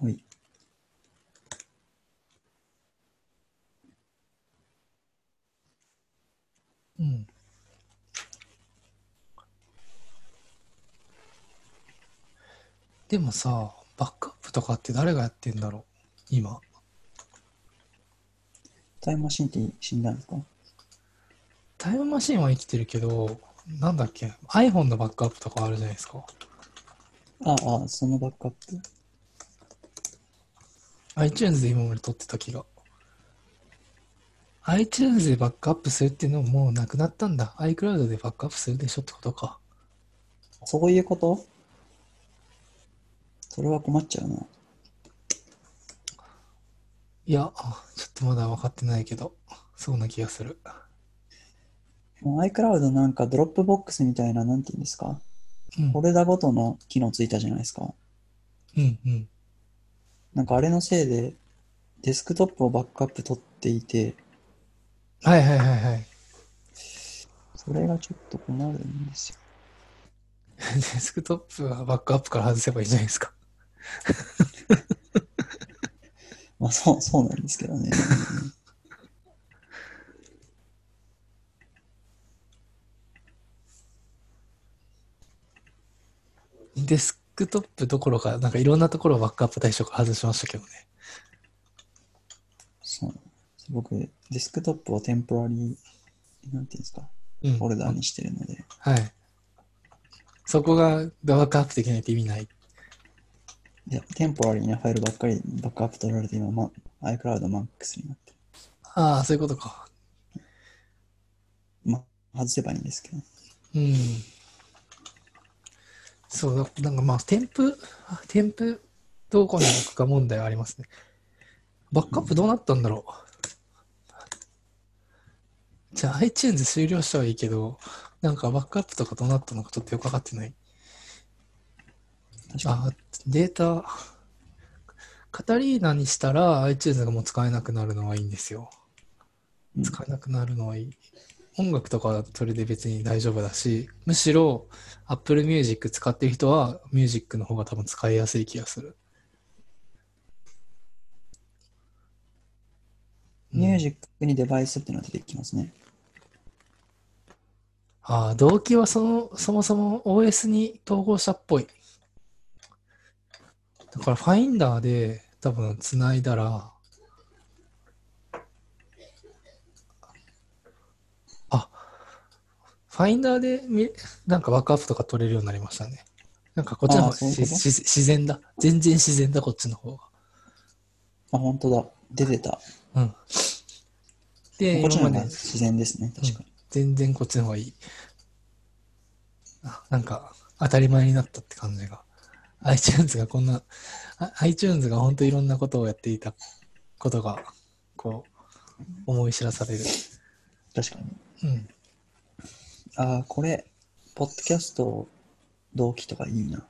はい。うん。でもさ、バックアップとかって誰がやってんだろう今。タイムマシンって死んだんですかタイムマシンは生きてるけど、なんだっけ ?iPhone のバックアップとかあるじゃないですか。ああ、そのバックアップ。 iTunes で今まで撮ってた気が。iTunes でバックアップするっていうのももうなくなったんだ。iCloud でバックアップするでしょってことか。そういうことそれは困っちゃうな。いや、ちょっとまだ分かってないけど、そうな気がする。もう iCloud なんかドロップボックスみたいな、なんていうんですか、うん、フォルダごとの機能ついたじゃないですか。うんうん。なんかあれのせいで、デスクトップをバックアップ取っていて、はいはいはいはい。 それがちょっと困るんですよ。デスクトップはバックアップから外せばいいじゃないですか。まあそう、そうなんですけどね。デスクトップどころか、なんかいろんなところをバックアップ対象から外しましたけどね。そう僕、デスクトップをテンポラリー、なんていうんですか、うん、フォルダーにしてるので。はい。そこがバックアップできないと意味ない。いや、テンポラリーなファイルばっかりバックアップ取られて今、ま、iCloud Max になってる。ああ、そういうことか。ま、外せばいいんですけど。うん。そうだ、なんかまあ、添付、添付どこに置くか問題はありますね。バックアップどうなったんだろう。うん、じゃあ iTunes 終了したはいいけど、なんかバックアップとかどうなったのかちょっとよくわかってない。あ、データ、カタリーナにしたら iTunes がもう使えなくなるのはいいんですよ。うん、使えなくなるのはいい。音楽とかはそれで別に大丈夫だし、むしろ Apple Music 使ってる人は Music の方が多分使いやすい気がする。ミュージックにデバイスっていうのが出てきますね。うん、ああ、動機はそのそもそも OS に統合したっぽい。だから Finder で多分つないだら、あ、Finder でなんかバックアップとか取れるようになりましたね。なんかこっちの方が自然だ。全然自然だ、こっちの方が。あ、本当だ。出てた。うん。で、こっちの方が自然ですね、確かに、うん、全然こっちの方がいい。あなんか、当たり前になったって感じが。iTunes がこんな、iTunes が本当いろんなことをやっていたことが、こう、思い知らされる。確かに。うん。ああ、これ、ポッドキャスト同期とかいいな。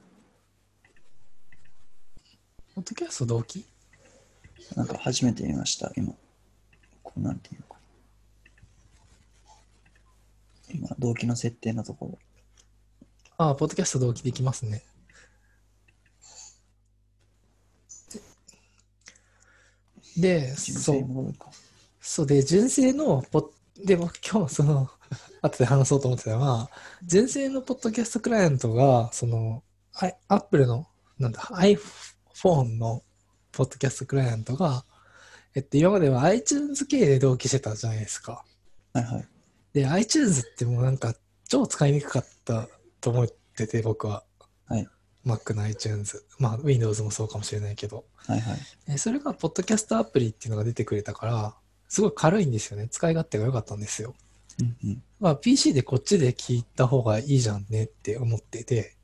ポッドキャスト同期なんか初めて見ました、今。こうなんていうのか。今、動機の設定のところ。ああ、ポッドキャスト動機できますね。で、そう。そうで、純正のポで、僕今日その、 後で話そうと思ってたのは、純正のポッドキャストクライアントが、その、アップルの、なんだ、iPhone のポッドキャストクライアントが、えっと、今までは iTunes 系で同期してたじゃないですか。はいはい。で、iTunes ってもうなんか超使いにくかったと思ってて、僕は。はい。 Mac の iTunes。まあ、Windows もそうかもしれないけど。はいはい。えそれが、ポッドキャストアプリっていうのが出てくれたから、すごい軽いんですよね。使い勝手が良かったんですよ。うんうん。まあ、PC でこっちで聞いた方がいいじゃんねって思ってて。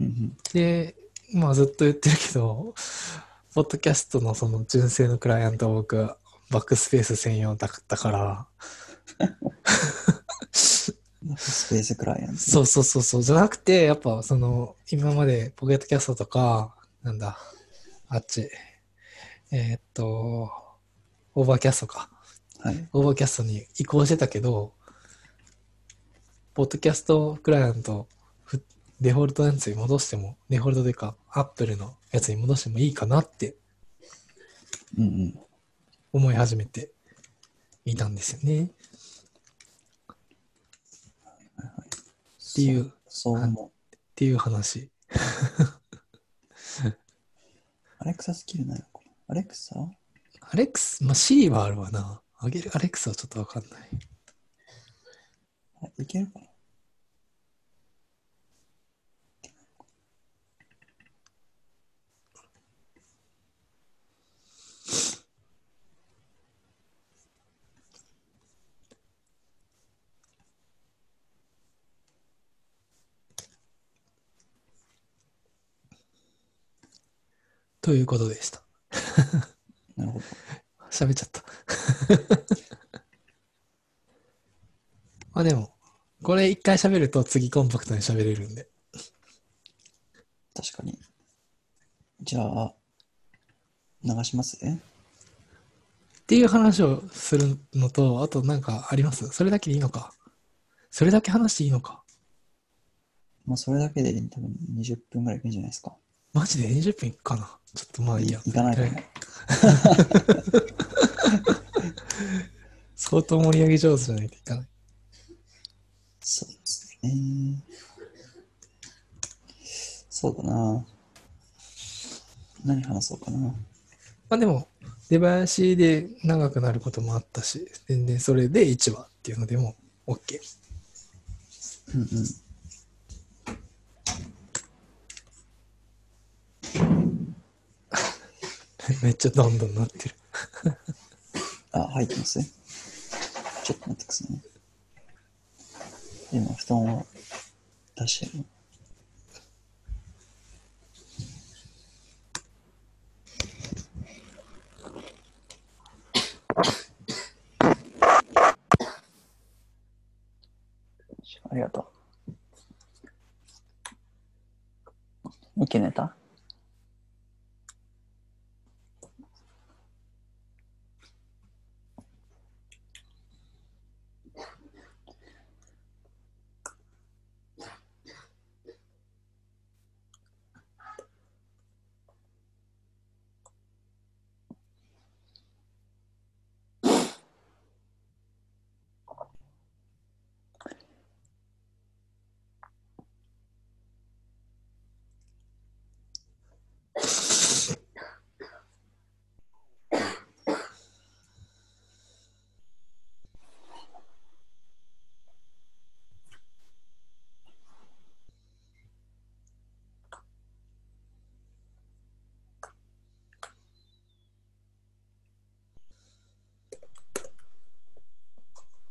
うんうん、で、まあずっと言ってるけど、 ポッドキャストのその純正のクライアントを僕、バックスペース専用だったから。バックスペースクライアント、ね、そうそうそうそう。じゃなくて、やっぱその、今までポケットキャストとか、なんだ、あっち、えー、っと、オーバーキャストか。はい、オーバーキャストに移行してたけど、ポッドキャストクライアントデフォルトのやつに戻しても、デフォルトというか、アップルのやつに戻してもいいかなってうんうん。思い始めていたんですよね。っていう、っそう思う。ていう話。アレクサスキルないのかなアレクサアレックス、まあ、C はあるわな。あげるアレックスはちょっとわかんない。あいけるかなということでした。なるほど。喋っちゃった。 まあでも、これ一回喋ると次コンパクトに喋れるんで。確かに。じゃあ、流しますね。っていう話をするのと、あとなんかありますそれだけでいいのかそれだけ話していいのかまあ、それだけで多分20分ぐらいいくんじゃないですか。マジで20分いくかなちょっとまあいいや。いいかないかな。相当盛り上げ上手じゃないといかない。そうですね。そうだな。何話そうかな。まあでも、出囃子で長くなることもあったし、全然それで1話っていうのでも OK。うんうん。 めっちゃどんどんなってる。あ、入ってますちょっと待ってくださいね。今、布団を出してる。ありがとう。OK 寝た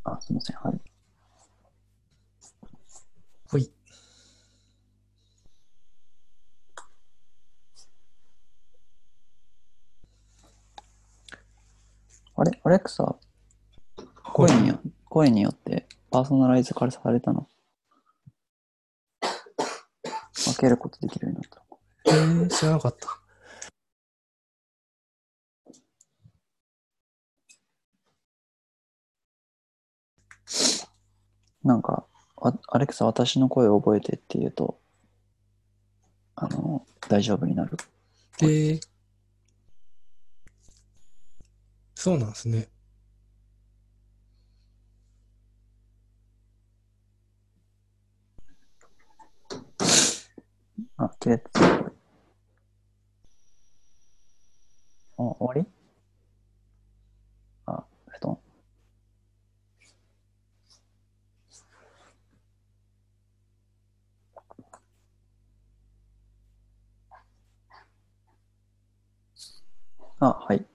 あ、すみません。はい。ほい。あれアレクサ、声によ声によってパーソナライズ化されたの分けることできるようになった。えー、知らなかった。なんか、あアレクサ、私の声を覚えてって言うと、あの、大丈夫になる。で、そうなんですね。あ、切れてた。あ、終わりあ、布団。あ、はい。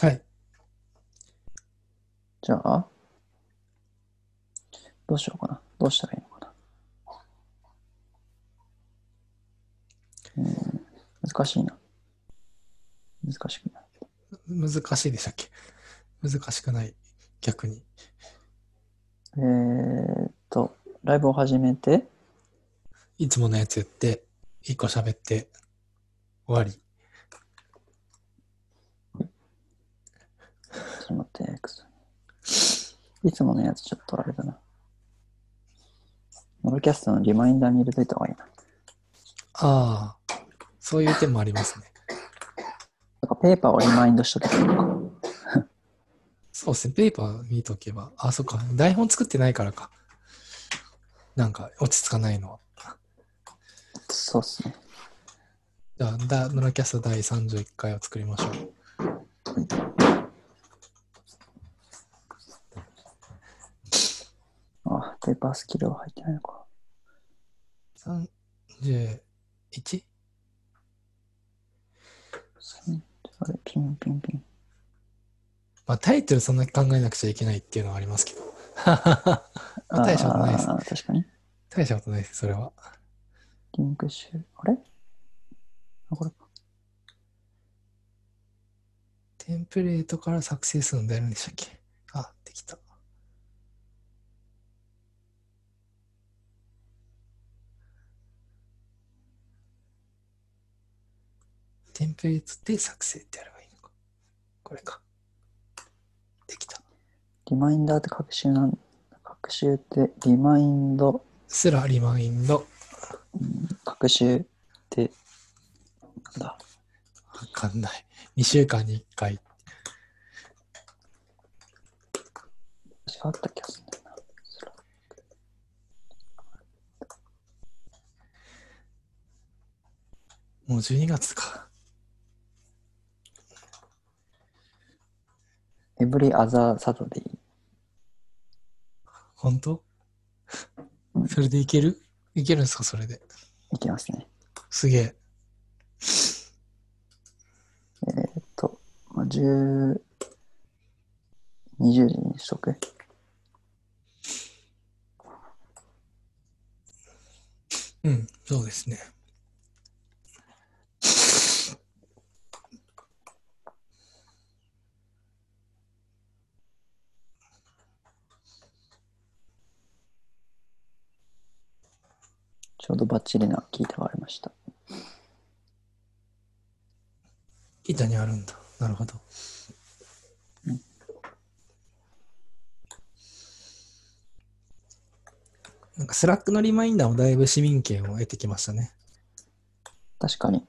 はい。じゃあ、どうしようかな。どうしたらいいのかな。うん、難しいな。難しくない。難しいでしたっけ難しくない。逆に。えーっと、ライブを始めて、いつものやつやって、一個喋って、終わり。ちょっと待って、X。いつものやつちょっとあれだな。モロキャストのリマインダーに入れといた方がいいな。ああ、そういう手もありますね。なんかペーパーをリマインドしとけばいいのか。そうですね、ペーパー見とけば。あ、そっか、台本作ってないからか。なんか、落ち着かないのは。そうっすね。じゃあ、だノラキャスト第31回を作りましょう。あ、ペーパースキルは入ってないのか。 31? あれ、ピンピンピン。まあ、タイトルそんなに考えなくちゃいけないっていうのはあります けど。まあ、大したことないです。あー確かに。大したことないです、それは。リンク集、あれあ、これか。テンプレートから作成するのやるんでしたっけあ、できた。テンプレートで作成ってやればいいのか。これか。できた。リマインダーって学習なん学習ってリマインド、すらリマインド。学習って、なんだ。わかんない。2週間に1回。違った気がするんだよな。もう12月か。エブリアザーサタディ。本当それでいけるいけるんですかそれで。いきますね。すげえ。えっと、まあ、10、20時にしとく。うん、そうですね。ちょうどバッチリな聞いてがありました。板にあるんだ。なるほど。なんかスラックのリマインダーもだいぶ市民権を得てきましたね。確かに。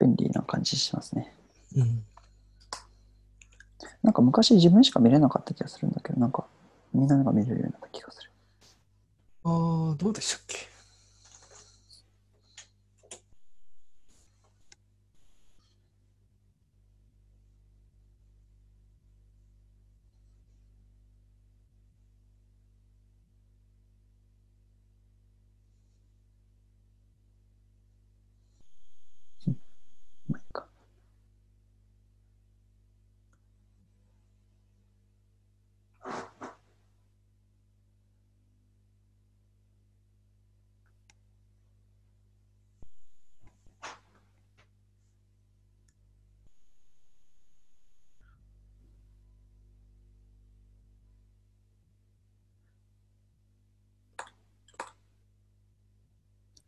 便利な感じしますね。うん。なんか昔自分しか見れなかった気がするんだけど、なんかみんなが見れるようになった気がする。ああ、どうでしたっけまあいいか。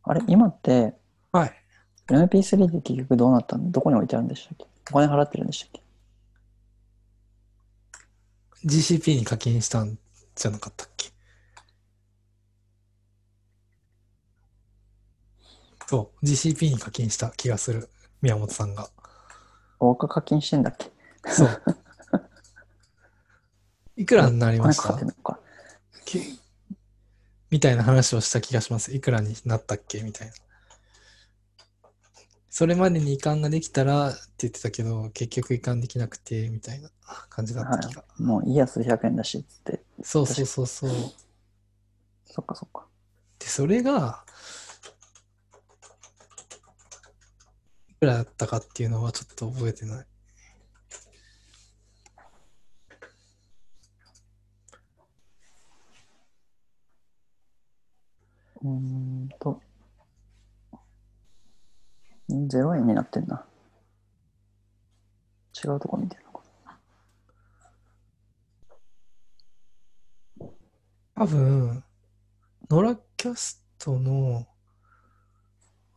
あれ今ってはい。 MP3 って結局どうなったのどこに置いてあるんでしたっけお金払ってるんでしたっけ GCP に課金したんじゃなかったっけそう、GCP に課金した気がする。宮本さんが。僕課金してんだっけ そう。いくらになりおま金しかかったてんのか。けみたいな話をした気がします。いくらになったっけみたいな。それまでに移管ができたらって言ってたけど、結局移管できなくて、みたいな感じだった気が。もういいや、数百円だしっつって。そうそうそうそう。そっかそっか。で、それが、いくらだったかっていうのはちょっと覚えてない。うーんと。0円になってんな。違うとこ見てるのか。多分、ノラキャストの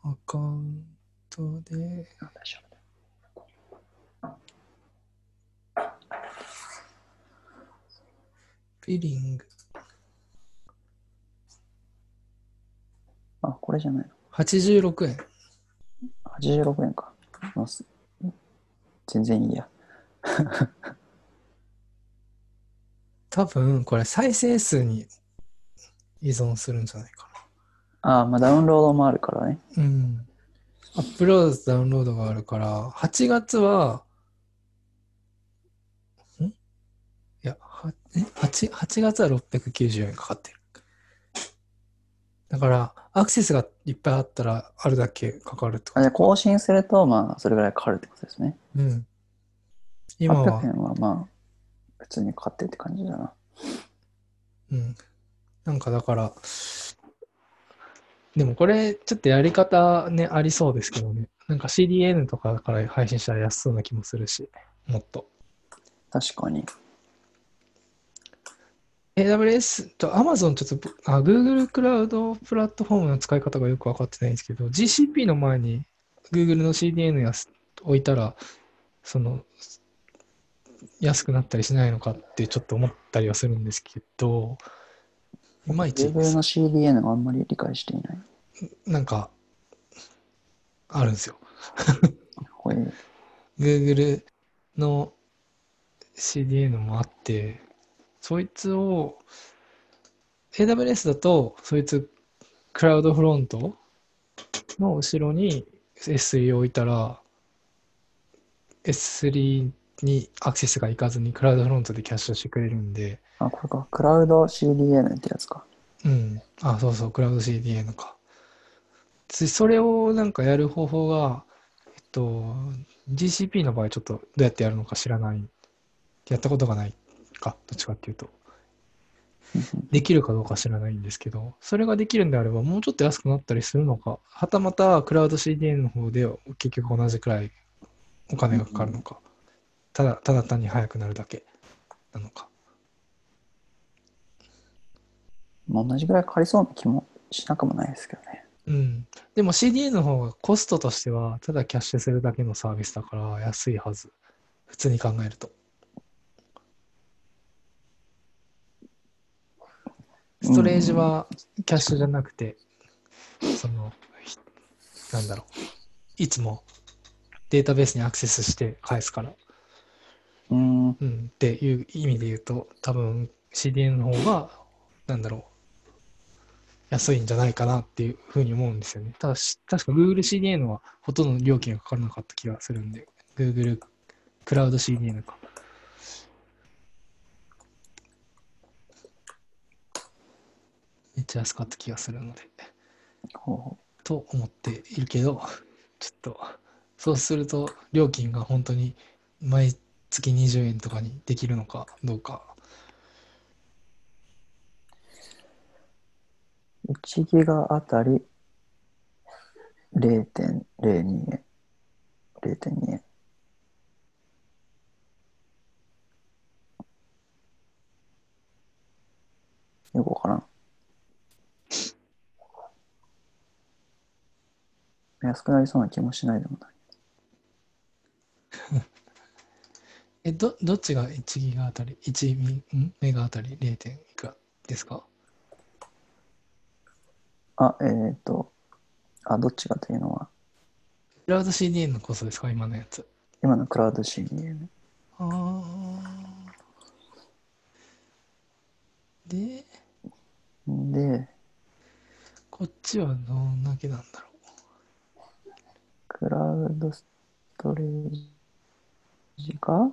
アカウントで、あ大丈夫だ。ビリング。これじゃない86円。の。86円か。まあす全然いいや。多分、これ再生数に依存するんじゃないかああ、まあダウンロードもあるからね。な。うん。アップロードとダウンロードがあるから、8月は、んいや、はえ 8, 8月は694円かかってる。だから、アクセスがいっぱいあったら、あるだけかかるってこあとじゃあ更新すると、まあ、それぐらいかかるってことですね。うん。今は800、円はまあ、普通に買ってって感じだな。うん。なんかだから、でもこれ、ちょっとやり方ね、ありそうですけどね。なんか CDN とかから配信したら安そうな気もするし、もっと。確かに。 AWS と Amazon ちょっとあ、Google クラウドプラットフォームの使い方がよく分かってないんですけど、GCP の前に Google の CDN やす置いたら、その、安くなったりしないのかってちょっと思ったりはするんですけど、いまいち。 Google の CDN があんまり理解していない。なんか、あるんですよ。こういう Google の CDN もあって、そいつを、AWS だと、そいつ、クラウドフロントの後ろに S3 を置いたら、S3 にアクセスがいかずにクラウドフロントでキャッシュしてくれるんで、あ、これか。クラウド CDN ってやつか。うん。あ、そうそう、クラウド CDN か。つそれをなんかやる方法が、えっと、GCP の場合ちょっとどうやってやるのか知らない。やったことがないか、どっちかっていうと。できるかどうか知らないんですけど、それができるんであれば、もうちょっと安くなったりするのか、はたまたクラウド CDN の方で結局同じくらいお金がかかるのか、ただ、ただ単に早くなるだけなのか。まあ、同じぐらいかかりそうな気もしなくもないですけどね。うん、でも CDN の方がコストとしてはただキャッシュするだけのサービスだから安いはず普通に考えるとストレージはキャッシュじゃなくてそのひなんだろういつもデータベースにアクセスして返すから、うん。うん、っていう意味で言うと多分 CDN の方がなんだろう安いんじゃないかなっていうふうに思うんですよね。ただし、確か Google CDN はほとんど料金がかからなかった気がするんで、Google クラウド CDN か。めっちゃ安かった気がするので、ほうほと思っているけど、ちょっと、そうすると料金が本当に毎月20円とかにできるのかどうか。う1ギガあたり0.02円。0.2円。よくわからん。安くなりそうな気もしないでもない。え、ど、どっちが1ギガあたり、1ミんメガあたり 0. 点いくらですかあ、えっ、ー、と、あ、どっちがというのは、クラウド CDN のコストですか今のやつ。今のクラウド CDN。ああ。で、で、こっちはどんだけなんだろクラウドストレージが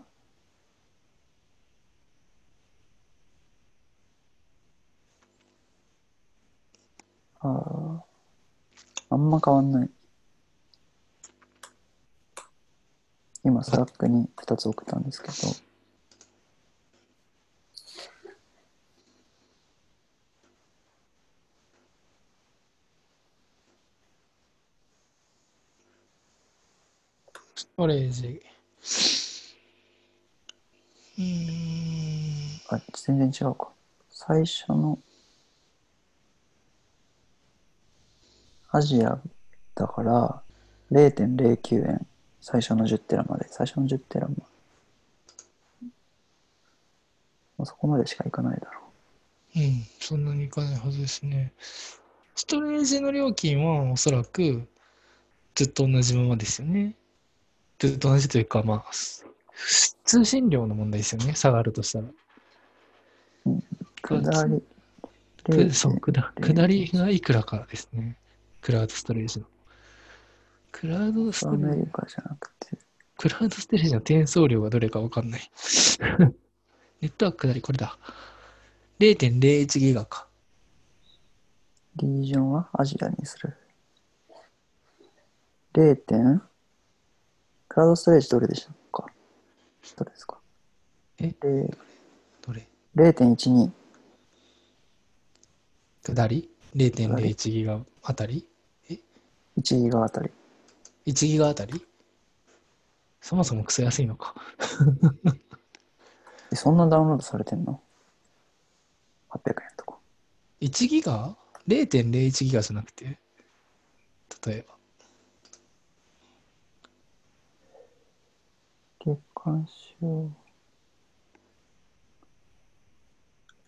あーあんま変わんない。今、スラックに2つ送ったんですけど、う。ストレージ。うーん。あ、全然違うか。最初のアジアだから0.09円。最初の10テラまで。最初の10テラも。もうそこまでしかいかないだろうん、そんなにいかないはずですね。ストレージの料金はおそらくずっと同じままですよね。ずっと同じというか、まあ、す通信量の問題ですよね、下がるとしたら。下り。くそう下下りがいくらからですね。クラウドストレージの。クラウドストアレーメジリカじゃなくて、クラウドステージの転送量がどれかわかん ない。ネットワーク下り、これだ。0.01ギガか。リージョンはアジアにする。0. 点クラウドストレージどれでしたかどれですかえでどれ0.12。下り ?0.01 ギガあたり1ギガあたり。 ?1 ギガあたりそもそもクソ安いのか。えそんなダウンロードされてんの ?800 円とか。 1ギガ ?0.01 ギガじゃなくて例えば。月間使用。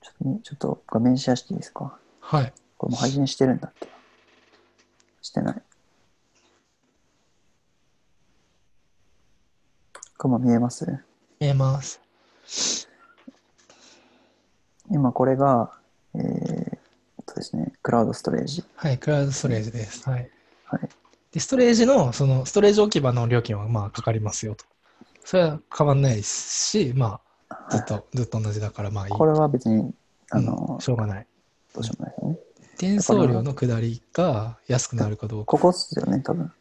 ちょっとね、ちょっと画面シェアしていいですかはい。これもう配信してるんだって。してない。雲見えます見えます。今これが、えーっとですね、クラウドストレージ。はい、クラウドストレージです。はい。はい。で、ストレージの、その、ストレージ置き場の料金は、まあ、かかりますよと。それは変わんないですし、まあ、ずっと、ずっと同じだから、まあいい。これは別に、あうのん、しょうがない。どうしようもないですよね。転送量の下りが安くなるかどうか。ここっすよね、多分。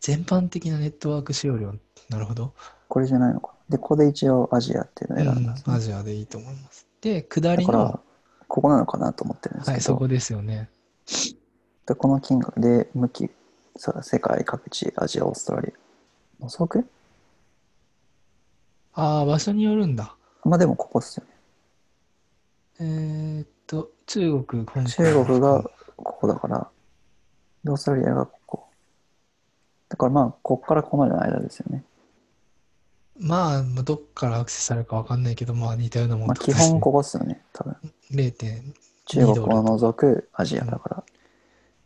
全般的なネットワーク使用量。なるほど。これじゃないのか。で、ここで一応アジアっていうのを選うんだんんです、ねアジアでいいと思います。で、下だりかのら、、ここなのかなと思ってるんですはけい、そど、こですよね。でこの金額で向き、さ世界各地、アジア、オーストラリア。除くああ、場所によるんだ。まあでもここっすよね。えーっと、中国、香港中国が、ここだから、でオーストラリアがここ。だからまあ、ここからここまでの間ですよね。まあ、どっからアクセスされるかわかんないけど、まあ、似たようなもまんあってこと基です本ね。ここっすよね、多分。 0点中国を除くアジアだから、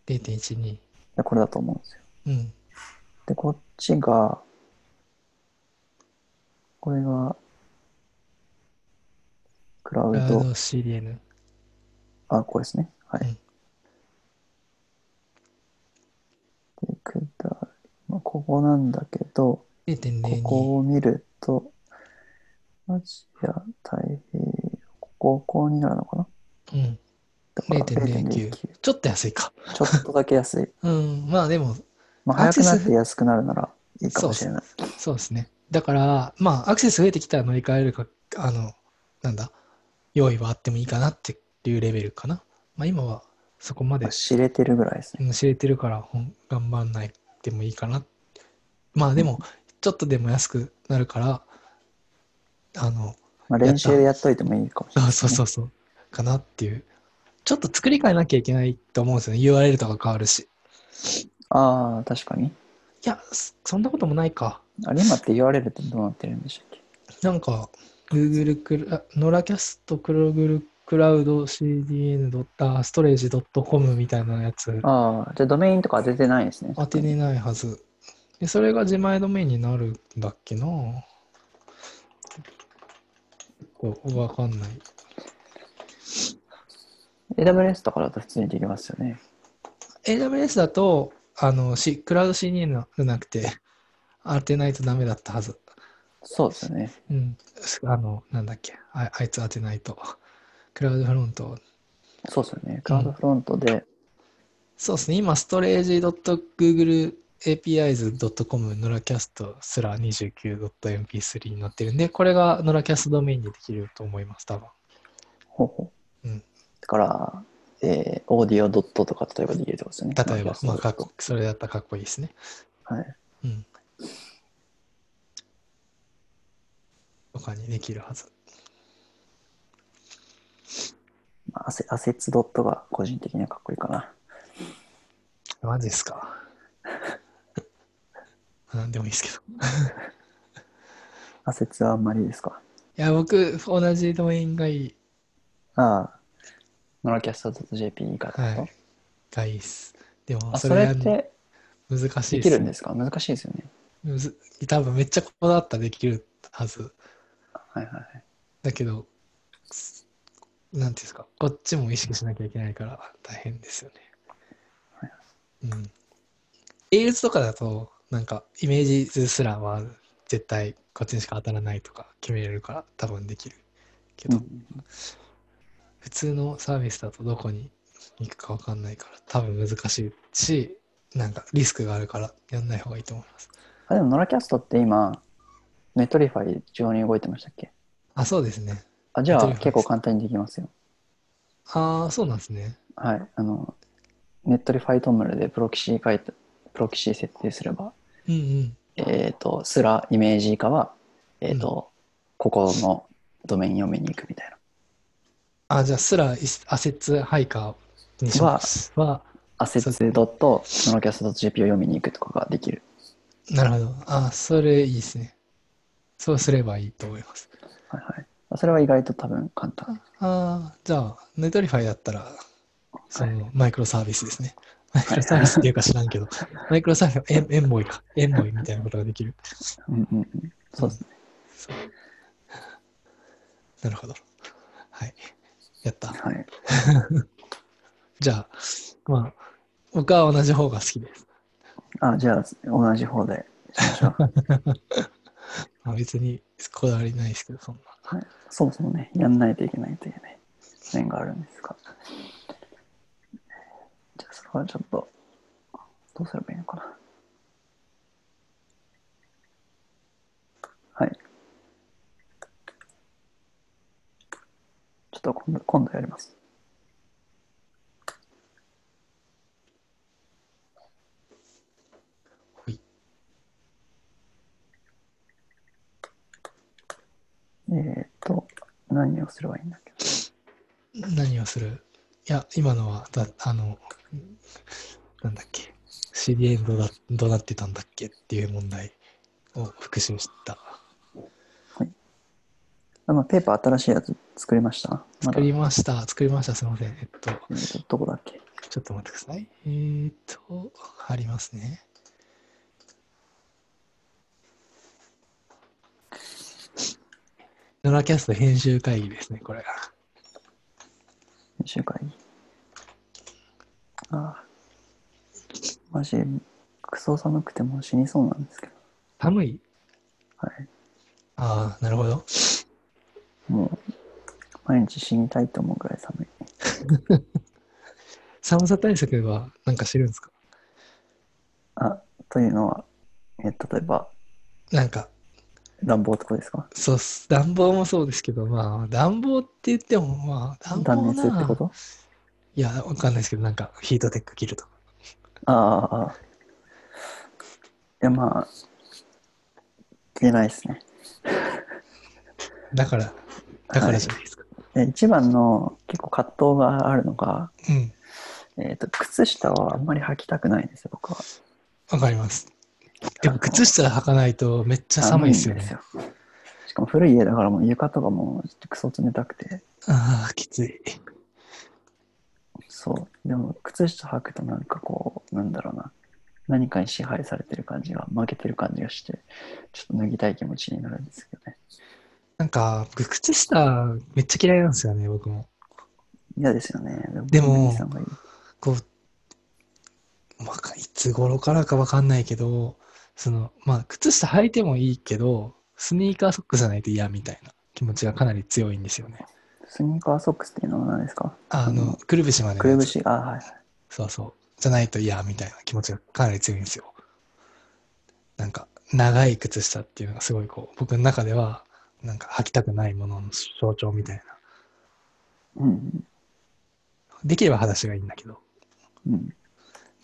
0.12。でこれだと思うんですよ。うん。で、こっちが、これが、クラウクラウドド、 CDN。あ、これですね。はい。うんで、下り、まあ、ここなんだけど、こ0.02。こを見ると、アジア、太平洋、ここ、ここになるのかなうん。だから0.09 0.09。ちょっと安いか。ちょっとだけ安 い。うん。まあ、でも、まあ、アク早セスくなって安くなるならいいかもしれない。そうですね。だから、まあ、アクセス増えてきたら乗り換えるか、あの、なんだ、用意はあってもいいかなっていうレベルかな。まあ、今はそこまでまあ知れてるぐらいですね。うん知れてるから、ほん頑張んないでもいいかな。まあ、でも、ちょっとでも安くなるから、あの、まあ、練習でやっといてもいいかもしれない、あそうそうそう、かなっていう。ちょっと作り変えなきゃいけないと思うんですよね。URL とか変わるし。ああ、確かに。いや、そそんなこともないか。あれ今って URL ってどうなってるんでしたっけなんか、Google クラ、ノラキャストクログルクラウド CDN. あストレージ .com みたいなやつああ、じゃあドメインとか当ててないですね。当てれないはず。で、それが自前ドメインになるんだっけなこうわかんない。 AWS とかだと普通にできますよね。 AWS だと、あの、C、クラウド CDN じゃなくて、当てないとダメだったはず。そうですよね。うん。あの、なんだっけ。ああいつ当てないと。クラウドフロント。そうですよね。クラウドフロントで、そうですね。今、ストレージ .googleapis.com ノラキャストすら 29.mp3 になってるんで、これがノラキャストドメインにできると思います、多分。ほうほう。うんだから、えー、オーディオドットとか例えばできるってことですよね。例えば、まあ、かっこ、それだったらかっこいいですね。はい。うん。とかにできるはず。まあアセアセッツドットが個人的にはかっこいいかな。マジですか。なんでもいいですけど。アセッツはあんまりですか。いや、僕、同じドメインがいい。ああ、ノラキャスト .jp かはとい。たいっす。でも、あ、そそれれがっねて難しでいっきるすんですか難しいですよね。むず。多分めっちゃこだわったらできるはず。はいはいはい。だけど、すなんていうんですか、こっちも意識しなきゃいけないから大変ですよね。うん。映像とかだと、なんかイメージ図すらは絶対こっちにしか当たらないとか決めれるから多分できるけうど、ん、普通のサービスだとどこに行くか分かんないから多分難しいし、なんかリスクがあるからやんない方がいいと思います。あでも、ノラキャストって今、ネトリファイ上に動いてましたっけあ、そうですね。あじゃあ、 Netlify です結構簡単にできますよ。ああ、そうなんですね。はい。あの、ネットリファイトンブルでプロキシー書いて、プロキシー設定すれば、うんうん。えっ、と、すらイメージ以下は、えっ、と、ここのドメイン読みに行くみたいな。あ、じゃあ、スラ、イスアセッツハイカーにします。は、アセッツドットノロキャスト .gp を読みに行くとかができる。なるほど。あ、それいいですね。そうすればいいと思います。はいはい。それは意外と多分簡単。ああ、じゃあ、ネトリファイだったら、その、マイクロサービスですね。マイクロサービスっていうか知らんけど、マイクロサービス、エンエンボイか。エンボイみたいなことができる。うんうんうん。そうですね。そうなるほど。はい。やった。はい。じゃあ、まあ、僕は同じ方が好きです。あ、じゃあ同じ方でしましょう。まあ、別にこだわりないですけど、そんな。はい、そもそもね、やんないといけないというね、面があるんですが。じゃあそれはちょっと、どうすればいいのかな。はい。ちょっと今度今度やります。ほい。えっ、と、何をすればいいんだっけ何をするいや、今のは、だあの、なんだっけ、CDN どうだどうなってたんだっけっていう問題を復習した。あの、ペーパー新しいやつ作りましたま作だ、りました、作りました、すみません。えっと、えーとどこだっけちょっと待ってください。えーっと、ありますね。ノラキャスト編集会議ですね、これが。編集会議。ああ。マジ、クソ寒くてもう死にそうなんですけど。寒いはい。ああ、なるほど。もう、毎日死にたいと思うぐらい寒い。寒さ対策はなんかしてるんですかあ、というのは、えー例えば、なんか、暖房とかですかそうっす。暖房もそうですけど、まあ、暖房って言っても、まあ、暖断房熱ってなこといや、わかんないですけど、なんか、ヒートテック切るとか。ああああ。いや、まあ、消えないですね。だから、だからじゃないですか。で一番の結構葛藤があるのが、うん。えー、と靴下はあんまり履きたくないんですよ、僕は。わかります。でも、靴下履かないと、めっちゃ寒いですよね。寒いんですよしかも古い家だからもう床とかもちょっとクソ冷たくて。ああ、きつい。そう。でも靴下履くとなんかこう、なんだろうな。何かに支配されてる感じが、負けてる感じがして、ちょっと脱ぎたい気持ちになるんですけどね。なんか、僕靴下、めっちゃ嫌いなんですよね、僕も。嫌ですよね。でもお兄さんがいいこう、まあ、いつ頃からかわかんないけど、その、まあ、靴下履いてもいいけど、スニーカーソックスじゃないと嫌みたいな気持ちがかなり強いんですよね。スニーカーソックスっていうのは何ですかあうんの、くるぶしまでのくるやつぶし、あ、はいはい。そうそう。じゃないと嫌みたいな気持ちがかなり強いんですよ。なんか、長い靴下っていうのがすごいこう、僕の中では、なんか履きたくないものの象徴みたいな。うんうん。できれば裸足がいいんだけど。うん、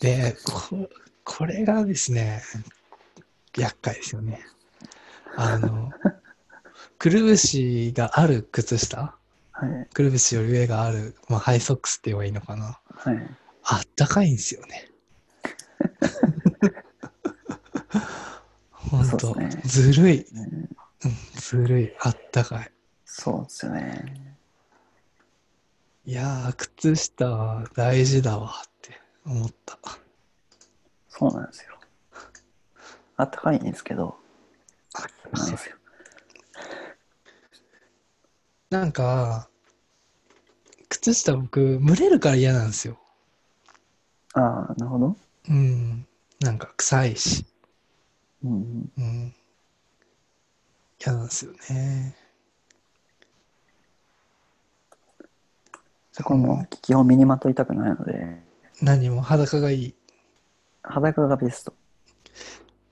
で、ここれがですね、厄介ですよね。あの、 くるぶしがある靴下はい。くるぶしより上がある、まあ、ハイソックスって言えばいいのかな。はい。あったかいんですよ ね。本そ当、うですねずるい。うんうんずるい。あったかい。そうですよね。いやー、靴下は大事だわって思った。そうなんですよ。あったかいんですけど、なんですよ。なんか、靴下僕、蒸れるから嫌なんですよ。ああ、なるほど。うん。なんか臭いし。うんうん。うん。嫌なんですよね。そこも基本身にまといたくないので、何も裸がいい。裸がベスト。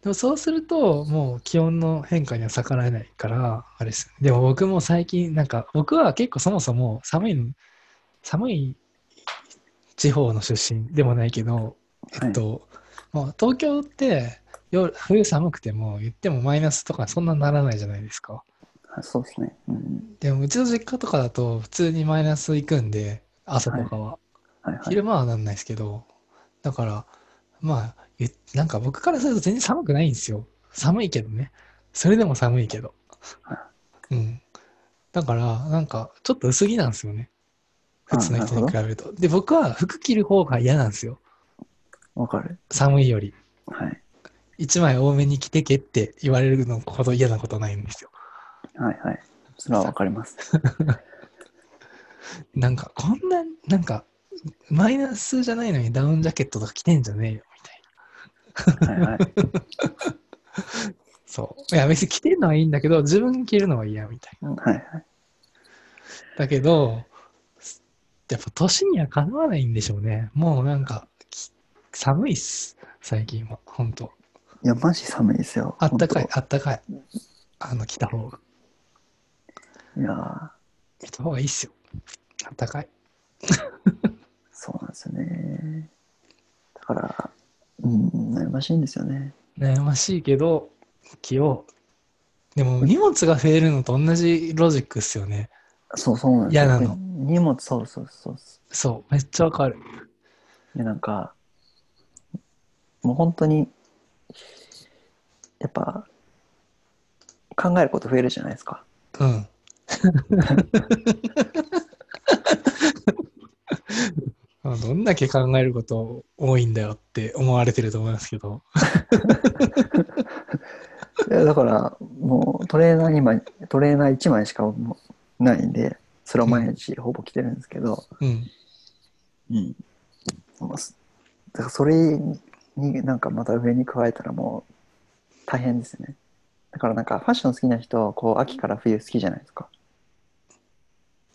でもそうすると、もう気温の変化には逆らえないから、あれですよね。でも僕も最近、なんか、僕は結構そもそも寒いの、寒い地方の出身でもないけど、えはっい。と、もう東京って夜、冬寒くても、言ってもマイナスとかそんなならないじゃないですか。あそうですね。うんうん。でもうちの実家とかだと、普通にマイナス行くんで、朝とかは。はいはい。昼間はなんないですけど、だから、まあ、えなんか僕からすると全然寒くないんですよ。寒いけどね。それでも寒いけど。うん。だから、なんか、ちょっと薄着なんですよね。普通の人に比べると。で、僕は服着る方が嫌なんですよ。わかる。寒いより。はい。一枚多めに着てけって言われるのほど嫌なことないんですよ。はいはい。それはわかります。なんか、こんな、なんか、マイナスじゃないのにダウンジャケットとか着てんじゃねえよ、みたいな。 はいはい。そう。いや、別に着てんのはいいんだけど、自分着るのは嫌、みたいな。はいはい。だけど、やっぱ年にはかなわないんでしょうね。もうなんか、き寒いっす。最近は。ほんと。いや、マジ寒いですよ。あったかい本、あったかい。あの、来た方が。当。いやー来た方がいいっすよ。あったかい。そうなんですよね。だから、うん、悩ましいんですよね。悩ましいけど、着よう。でも、荷物が増えるのと同じロジックっすよね。そうそうなんですよ。嫌なの荷物、そうそうそうそそう。めっちゃわかる。う。いや、なんか、もう本当に、やっぱ、考えること増えるじゃないですか。うん。 まあどんだけ考えること多いんだよって思われてると思いますけど。いやだから、もうトレーナー2枚、トレーナー1枚しかもうないんで、それを毎日ほぼ着てるんですけど、うん。うん。まあすだからそれになんかまた上に加えたらもう大変ですね。だからなんかファッション好きな人、こう秋から冬好きじゃないですか。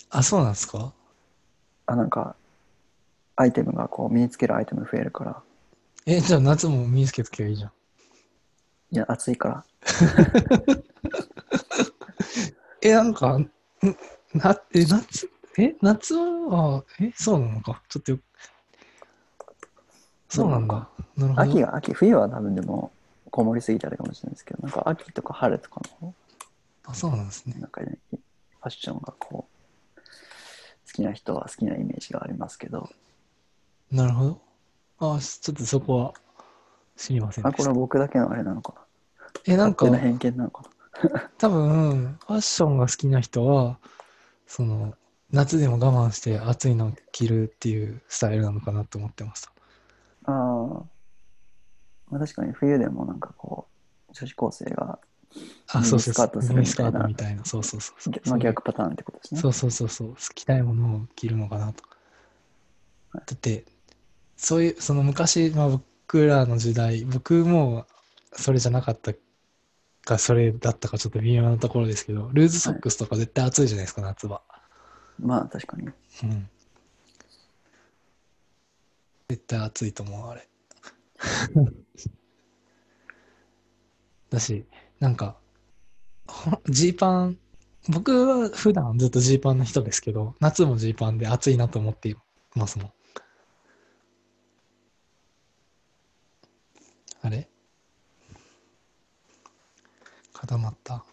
あ、そうなんですかあ、なんかアイテムがこう身につけるアイテム増えるから、え、じゃあ夏も身につけとけばいいじゃん。いや暑いから。え、なんか、んな、え、夏、え、夏は、え、そうなのか。ちょっとよそうなんだ。なるほど。秋が、秋、冬は多分でもこもりすぎたらかもしれないですけど、なんか秋とか春とかのあ、そうなんですね。なんか、ね、ファッションがこう、好きな人は好きなイメージがありますけど、なるほど。あ、ちょっとそこは知りませんあ、でこしれたは。僕だけのあれなのかえ、な。なんか、勝手な偏見なのかな。多分ファッションが好きな人はその夏でも我慢して暑いのを着るっていうスタイルなのかなと思ってましたああ、まあ、確かに冬でもなんかこう、女子高生が、あそうそうそうミミニニススカカーートトみみたいなそうそうそうそうまあ、逆パターンってことですね。そうそうそうそう着たいものを着るのかなとだってそういうその昔、まあ、僕らの時代僕もそれじゃなかったかそれだったかちょっと微妙なところですけどルーズソックスとか絶対暑いじゃないですか夏はまあ確かに。うん絶対暑いと思うあれ だしなんかほジーパン僕は普段ずっとジーパンの人ですけど夏もジーパンで暑いなと思っていますもんあれ固まった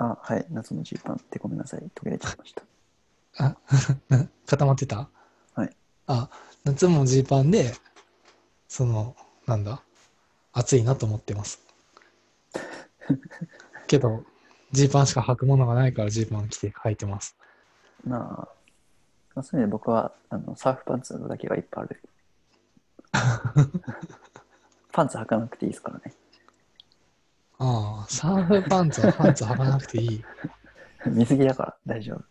あ、はい。夏のジーパンってごめんなさい。途切れちゃいました。あ、な固まってたはい。あ、夏もジーパンで、その、なんだ、暑いなと思っ てます。けど、ジーパンしか履くものがないからジーパン着て履いてます。 まあ、そういう意味で僕はあのサーフパンツだけがいっぱいある。パンツ履かなくていいですからね。ああ、サーフパンツはパンツ履かなくていい。水着だから大丈夫。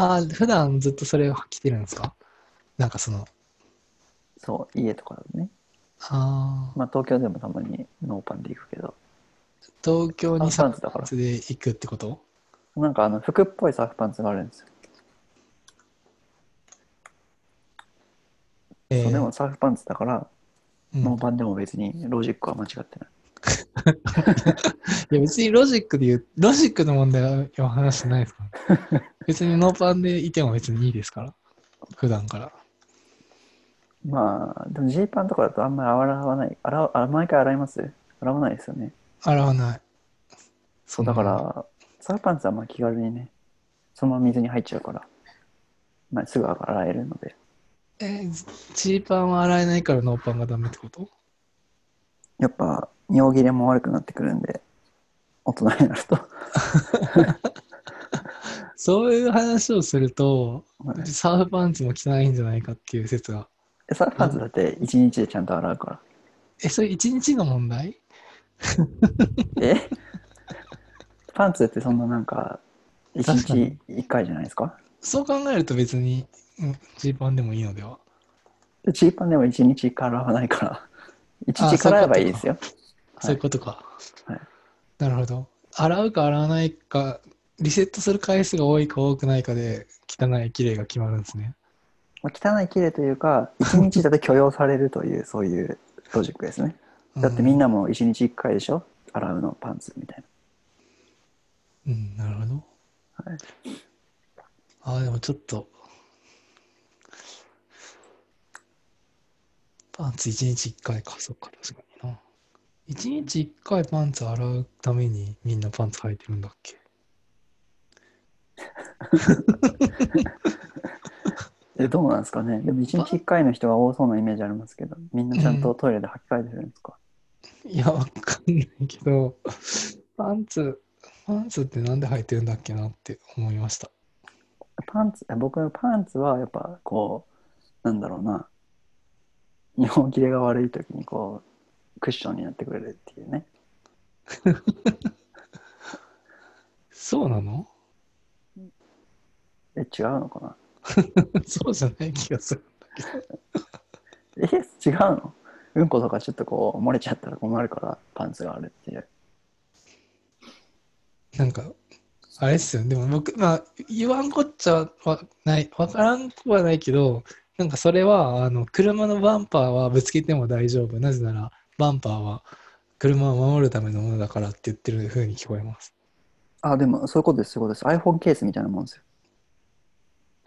ああ、普段ずっとそれを着てるんですかなんかその、そう、家とかだとね。ああ、まあ東京でもたまにノーパンで行くけど、東京にあサパーンツだフかパンらツで行くってことなんかあの服っぽいサーフパンツがあるんですよ。えそうえでもサーフパンツだから、うんノーパンでも別にロジックは間違ってない。いや別にロジックで言う、ロジックの問題は今話してないですから。 別にノーパンでいても別にいいですから。普段から。まあ、でもジーパンとかだとあんまり洗わない。洗うあ毎回洗います洗わないですよね。洗わない。そそうだか。ら、サーフパンツはまあ気軽にね、そのまま水に入っちゃうから、まあ、すぐ洗えるので。えージーパンは洗えないからノーパンがダメってことやっぱ、尿切れも悪くなってくるんで、大人になると。 そういう話をすると、はいサーフパンツも汚いんじゃないかっていう説が。サーフパンツだって一日でちゃんと洗うから。え、それ一日の問題え パンツってそんななんか、一確か日に一回じゃないですかそう考えると別にうんジーパンでもいいのでは。でジーパンでも一日一回洗わないから、一あ日一回洗えばいいですよ。そういうことか。はいなるほど。洗うか洗わないか、リセットする回数が多いか多くないかで、汚い、綺麗が決まるんですね。まあ汚い綺麗というか、一日だと許容されるという、そういうロジックですね。だってみんな。なも一日一回でしょ洗うのパンツみたいうん、なるほど。はいああ、でもちょっと。パンツ1日1回か、そっか、確かにな。1日1回パンツ洗うためにみんなパンツ履いてるんだっけな。え、どうなんですかねでも一日一回の人が多そうなイメージありますけど、みんなちゃんとトイレで履き替えてるんですか、いや、わかんないけど、パンツ、パンツってなんで履いてるんだっけなって思いました。パンツ、え僕のパンツはやっぱこう、なんだろうな、尿切れが悪い時にこう、クッションになってくれるっていうね。そうな のえ、違うのかなそうじゃない気がする。え、違うのうんことかちょっとこう、漏れちゃったら困るから、パンツがあるっていう。なんか、あれっすよね。でも僕、まあ、言わんこっちゃはない、わからんくはないけど、なんかそれは、あの、車のバンパーはぶつけても大丈夫。なぜなら、バンパーは車を守るためのものだからって言ってる風に聞こえます。あ、でもそういうことです、そういうことです。iPhone ケースみたいなもんですよ。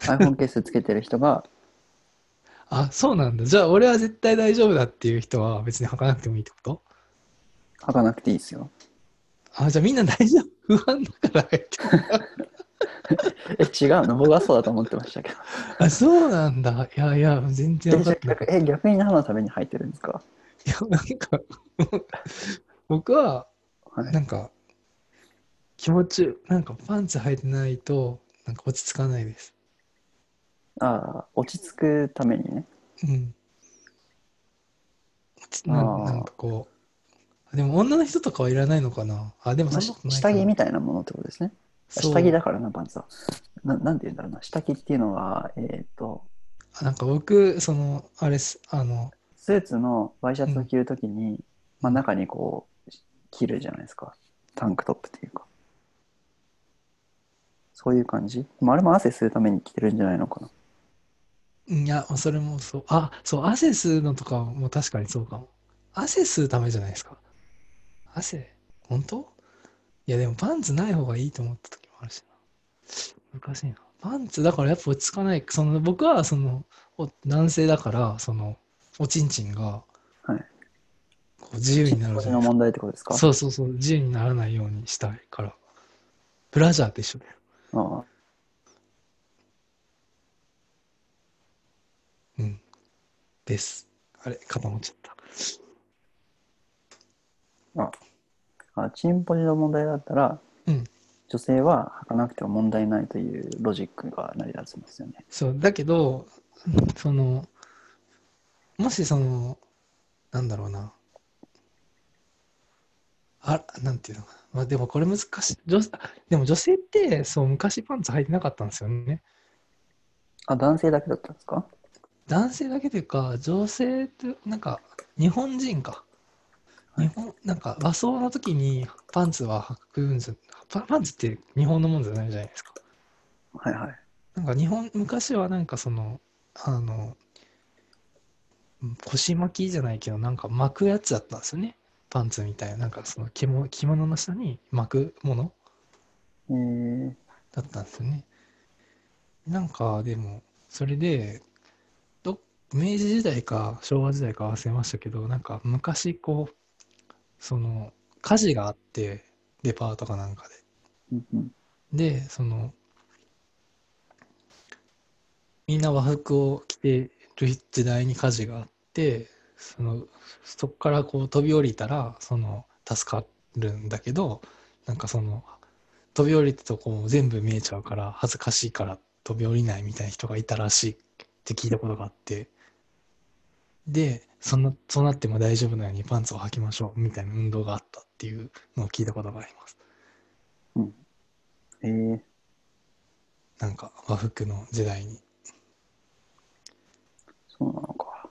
iPhone ケースつけてる人が、あ、そうなんだ。じゃあ、俺は絶対大丈夫だっていう人は別に履かなくてもいいってこと履かなくていいですよ。あ、じゃあみんな大丈夫。 不安だから入ってる。え、違うの僕はそうだと思ってましたけど。あ、そうなんだ。いやいや、全然分かってなかった。え、逆に何のために履いてるんですかいや、なんか、僕は、はいなんか、気持ち、なんかパンツ履いてないと、なんか落ち着かないです。ああ、落ち着くためにね。うん。落ちなあーなんかこう、でも女の人とかはいらないのかな。あ、でもそんなことないか下着みたいなものってことですね。そう下着だからな、パンツは。ななんて言うんだろうな。下着っていうのは、えっ、と、あなんか僕、その、あれっす、あの、スーツのワイシャツを着るときに、まあ中にこう、着るじゃないですか。タンクトップっていうか。そういう感じ。まあ、あれも汗吸うために着てるんじゃないのかな。いや、それもそう。あ、そう、汗吸うのとかも確かにそうかも。汗吸うためじゃないですか。汗本当いや、でもパンツない方がいいと思った時もあるしな。難しいな。パンツ、だからやっぱ落ち着かない。その、僕は、その、お男性だから、その、おちんちんが、はいこう自由になる腰じゃなのいです問題ってことですかか。そうそうそう、自由にならないようにしたいから。ブラジャーと一緒だよ。ああうん。です。あれ、固まっちゃった。あチンポジの問題だったら、うん女性は履かなくても問題ないというロジックが成り立つんですよね。そう、だけど、その、ももしその、なんだろうな。あ、なんていうのかな。まあでもこれ難しい。女でも女性って、そう、昔パンツ履いてなかったんですよね。あ、男性だけだったんですか男性だけというか、女性って、なんか、日本人か。は日い本、なんか、和装の時にパンツは履くんじゃ、パパンツって日本のもんじゃないじゃないですか。はいはい。なんか日本、昔はなんかその、あの、腰巻きじゃないけど、なんか巻くやつだったんですよね。パンツみたいな。なんかその着物着物の下に巻くものえー、だったんですよね。なんかでも、それで、ど明治時代か昭和時代か忘れましたけど、なんか昔こう、その火事があって、デパートかなんかで。うんうん。でそのみんな和服を着てる時代に火事があってそのそこからこう飛び降りたらその助かるんだけどなんかその飛び降りたとこも全部見えちゃうから恥ずかしいから飛び降りないみたいな人がいたらしいって聞いたことがあってでそんなそうなっても大丈夫なようにパンツを履きましょうみたいな運動があったっていうのを聞いたことがあります。えー、なんか和服の時代に。そうなのか。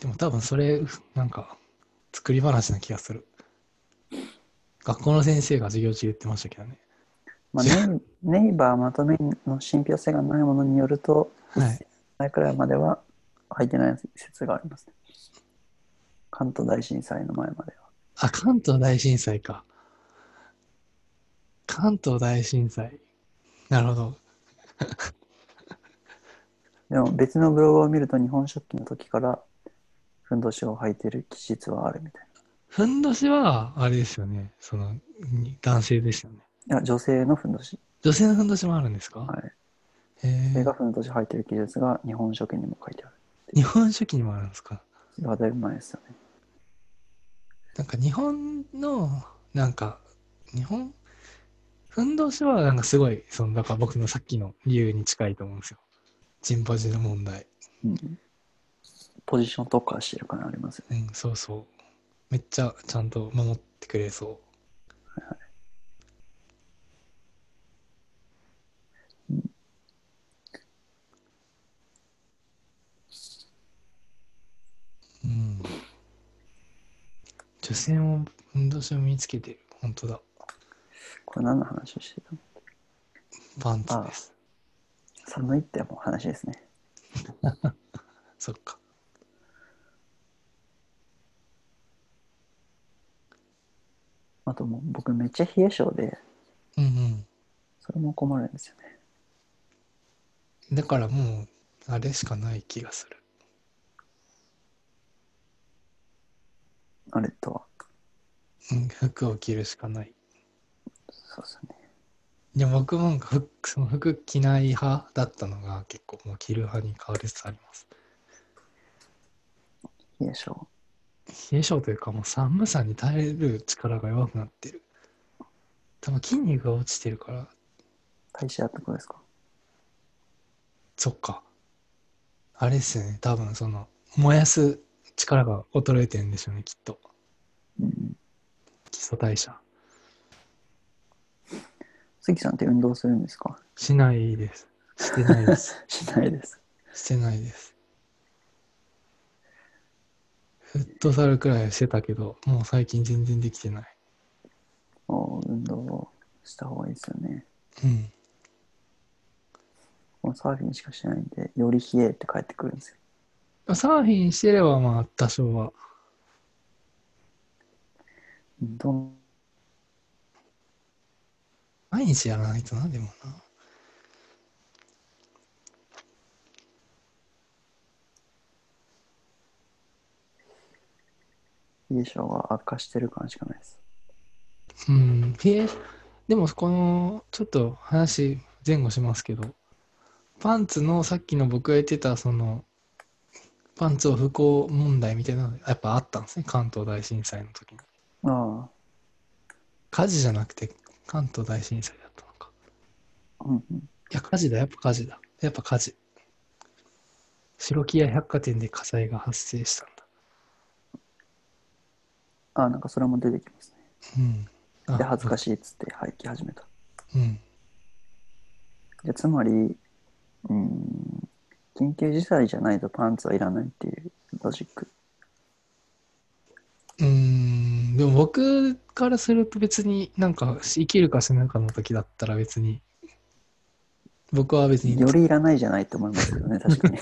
でも多分それ、なんか、作り話な気がする。学校の先生が授業中言ってましたけどね。まあ、じ ネイネイバーまとめの信憑性がないものによると、はい。前くらいまでは入ってない説がありますね。関東大震災の前までは。あ、関東大震災か。関東大震災。なるほど。でも別のブログを見ると日本書紀の時からふんどしを履いてる気質はあるみたいふんどしは、あれですよね。その、に男性でしたね。な。いや、女性のふんどし。女性のふんどしもあるんですかはい。へ女性えが。ふんどし履いてる記述が日本書紀にも書いてある。日本書紀にもあるんですかそれはだいぶ前ですよね。なんか日本の、なんか、日本、ふんどしはなんかすごい、その、だから僕のさっきの理由に近いと思うんですよ。ジンパジの問題。うん。ポジションとかしてる感ありますよね。うん、そうそう。めっちゃちゃんと守ってくれそうん。女性もふんどしを身につけてる。本当だ。これ何の話をしてたのパンツです。寒いってもう話ですね。そっか。あともう僕めっちゃ冷え性で、うんうん。それも困るんですよね。だからもう、あれしかない気がする。あれとは。うん、服を着るしかない。そうですね。で僕もなんか服その服着ない派だったのが結構もう着る派に変わりつつあります。冷え性。冷え性というかもう寒さに耐える力が弱くなってる。多分筋肉が落ちてるから、代謝ってことですかそっか。あれっすよね。多分その燃やす力が衰えてるんでしょうね、きっと。うん。基礎代謝。杉さんって運動するんですかしないです。してないです。しないです。してないです。フットサルくらいはしてたけど、もう最近全然できてない。もう運動をした方がいいですよね。うん。もうサーフィンしかしてないんで、より冷えって帰ってくるんですよ。サーフィンしてればまあ多少は。運動毎日やらないとな、でもな。冷え性が悪化してる感しかないです。うん。冷えでもこの、ちょっと話前後しますけど、パンツのさっきの僕が言ってたその、パンツを不幸問題みたいなのやっぱあったんですね。関東大震災の時に。あ火事じゃなくて関東大震災だったのか。あ。うんうん。いや、火事だ、やっぱ火事だ。やっぱ火事。白木屋百貨店で火災が発生したんだ。あ、なんかそれも出てきますね。うん。あで、恥ずかしいっつって廃棄始めた。うん。でつまり、うん、緊急事態じゃないとパンツはいらないっていうロジック。うーん。でも僕からすると別になんか生きるか死ぬかの時だったら別に、僕は別によりいらないじゃないと思いますけどね、確か に。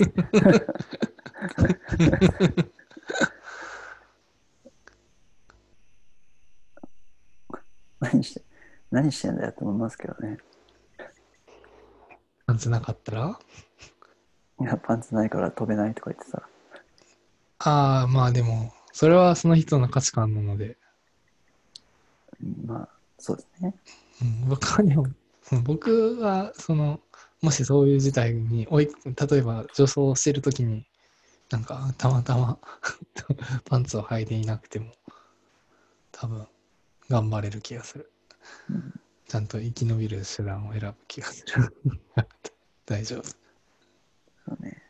何して、何してんだよって思いますけどね。パンツなかったらいや、パンツないから飛べないとか言ってたら。ああ、まあでも、それはその人の価値観なので、うんまあ、そうですね。うん、僕はでも、うん僕は、その、もしそういう事態に追い、例えば女装してるときに、なんか、たまたま パンツを履いていなくても、多分、頑張れる気がする。うんちゃんと生き延びる手段を選ぶ気がする。 大丈夫。そうね。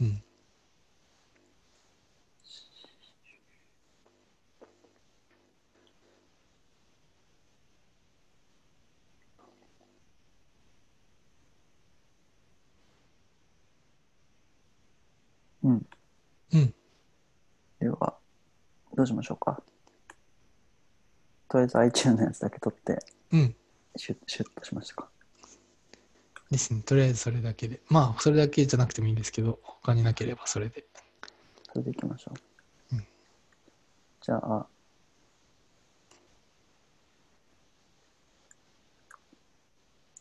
うん。うん。うん。では、どうしましょうか。とりあえず iTunes のやつだけ取って、うん。シュッ、シュッとしましたか。ですね。とりあえずそれだけで。まあ、それだけじゃなくてもいいんですけど、他になければそれで。それでいきましょう。うんじゃあ、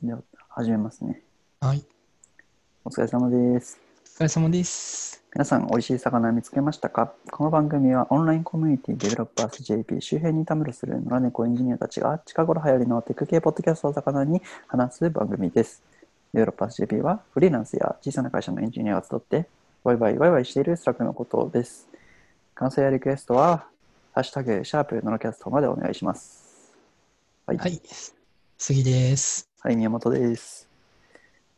では、始めますね。はい。お疲れ様です。お疲れ様です。皆さん、美味しい魚見つけましたかこの番組はオンラインコミュニティデベロッパーズ JP 周辺にたむろする野良猫エンジニアたちが近頃流行りのテック系ポッドキャストを魚に話す番組です。デベロッパーズ JP はフリーランスや小さな会社のエンジニアが集ってワイワイワイワイしているスラックのことです。感想やリクエストは、ハッシュタグ、シャープ、ノロキャストまでお願いします。はい。ははい、い。杉です。宮本です。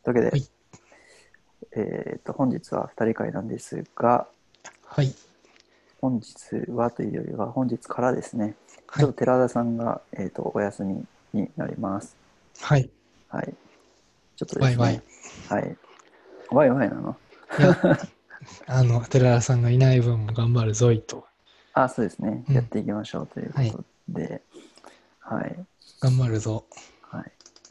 というわけで、はいえっ、と、本日は2人会なんですが、はい。本日はというよりは本日からですね、はちょっいと。寺田さんが、えー、とお休みになります。はい。はい。ちょっとでワすイね。ワイ。はい。ワイワイなのいやあの、寺田さんがいない分も頑張るぞいと。あ、そうですね。うんやっていきましょうということで、はい。はい。頑張るぞ。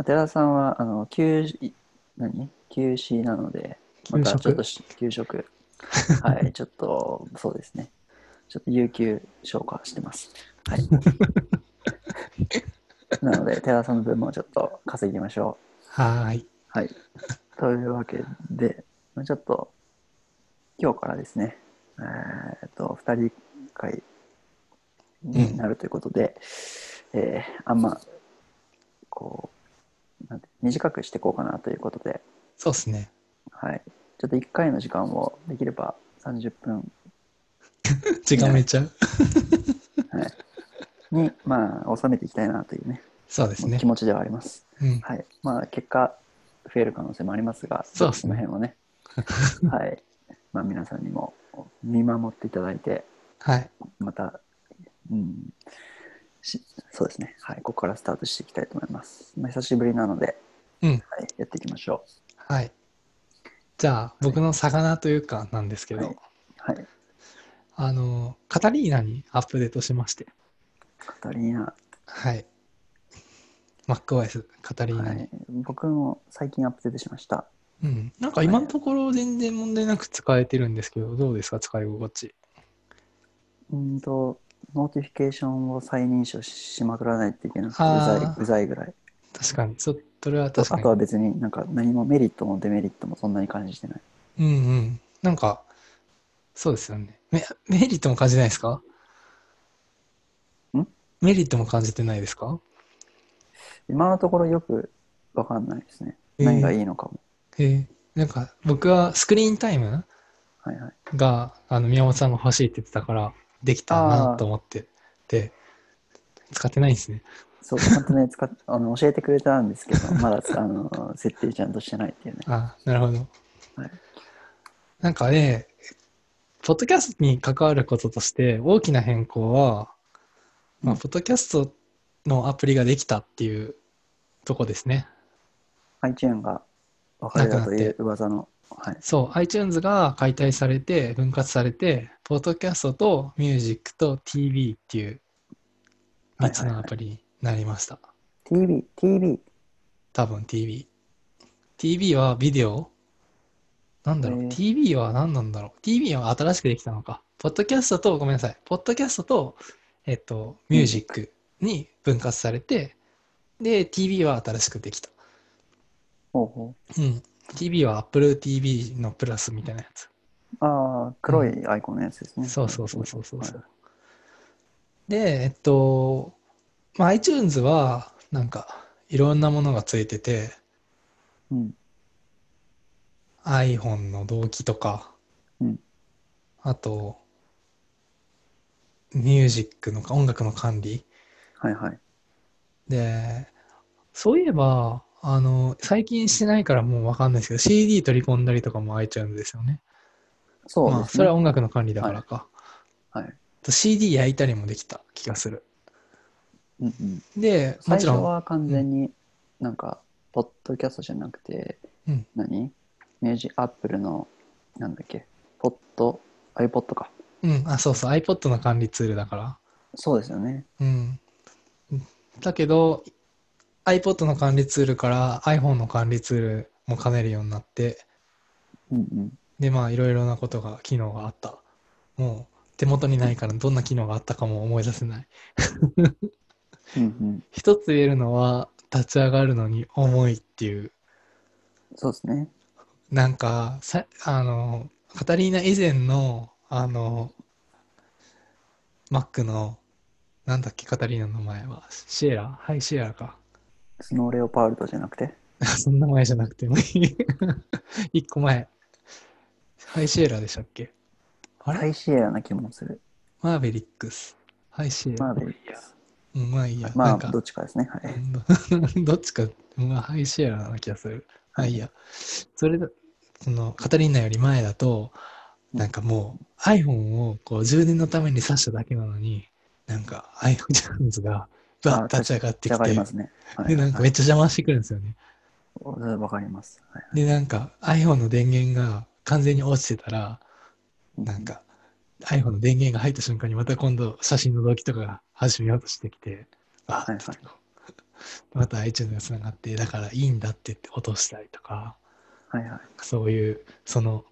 寺田さんは、あの、休、い何休止なので、また休職ちょっとし休職。はい。ちょっと、そうですね。ちょっと有給消化してます。はい。なので、寺田さんの分もちょっと稼ぎましょう。はーい。はい。 というわけで、まあちょっと、今日からですね、えーっと、二人会になるということで、えーあんま、こう、なんて短くしていこうかなということで、そうですね。はい。ちょっと一回の時間をできれば30分時間めちゃう。に、まあ、収めていきたいなというね、そうですね気。持ちではあります。うん。はい。まあ、結果、増える可能性もありますが、そうですねちょっとその 辺をね、はい。まあ、皆さんにも見守っていただいて、はい。また、うん、しそうですね。はい。ここからスタートしていきたいと思います。まあ、久しぶりなので、うん。はい、やっていきましょはい。じゃあ、僕の魚というかなんですけはいど、う。はい。あの、カタリーナにアップデートしまして、カタリーナ。はい。MacOS、カタリーはナに。い、僕も最近アップデートしました。うん。なんか今のところ全然問題なく使えてるんですけど、どうですか、使い心地。うんと、ノーティフィケーションを再認証ししまくらないといけなくて、うあーざい、うざいぐらい。確かに。そそれはと確かあにと。は別になんか何もメリットもデメリットもそんなに感じてない。うんうん。なんか、そうですよね。メメリットも感じないですかんメリットも感じてないですか今のところよくわかんないですね。えー何がいいのかも。えーなんか僕はスクリーンタイムはいはい。があの宮本さんが欲しいって言ってたからできたなと思ってで使ってないんですね。そう、ちゃんとね、使っ あの教えてくれたん ですけど、まだつあの設定ちゃんとしてないっていうね。あなるほど。はいなんかね、ポッドキャストに関わることとして大きな変更は、まあ、うんポッドキャストのアプリができたっていうとこですね。 iTunes が別れたという噂の、はい。そう、iTunes が解体されて、分割されて、ポッドキャストとミュージックと TV っていう3つのアプリになりました。 TV、TV、多分 TV。TV はビデオなんだろえうー ?TV は何なんだろう ?TV は新しくできたのか。ポッドキャストと、ごめんなさい。ポッドキャストと、えっと、ミュージックに分割されて、で、TV は新しくできた。ほうほうん。TV は Apple TV のプラスみたいなやつ。う。ああ、黒いアイコンのやつですね。そうそうそうそうそうそはう。で、えっと、まあ、iTunes は、なんか、いろんなものがついてて、いうん。 iPhone の動機とか、うんあと、ミュージックのか音楽の管理。はいはい。で、そういえば、あの、最近してないからもうわかんないですけど、CD 取り込んだりとかも iTunes ですよね。そうですね。まあ、それは音楽の管理だからか。はい。と CD 焼いたりもできた気がする。うんうん。で、も最初ちろん、は完全になんか、ポッドキャストじゃなくて、うん何ミュージアップルの、なんだっけ、ポッド、iPod か。うん、あ、そうそう、iPod の管理ツールだから。そうですよね。うん。だけど、iPod の管理ツールから iPhone の管理ツールも兼ねるようになって、うんうん。で、まあ、いろいろなことが、機能があった。もう、手元にないからどんな機能があったかも思い出せない。うんうん。一つ言えるのは、立ち上がるのに重いっていう、そうですね。なんか、さあの、カタリーナ以前の、あの、Mac の、なんだっけ、カタリーナの名前は、シエラハイシエラか。スノーレオパールドじゃなくて。 そんな前じゃなくて もいい。一個前。ハイシエラでしたっけあれ、タイシエラな気もする。マーベリックス。ハイシエラ。まあ、でうん、まあいいや。なまんあ、かど、っちかですね。はい。 どどっちか、まあ、ハイシエラな気がする。まあいいや。それだ、その、カタリーナより前だと、なんかもう iPhone をこう充電のために挿しただけなのに、なんか iPhone ジャンズが、バッあ立ち上がってじゃあわきかてり、ますね。はで、い。なんかめっちゃ邪魔してくるんですよね。うんわかります。はいで、なんか iPhone の電源が完全に落ちてたら、なん。か iPhone の電源が入った瞬間にまた今度写真の動機とかが始めようとしてきて、あ、はいはい また iTunes がつながって、だからいいんだって言って落としたりとか、はいはい。そういう、その、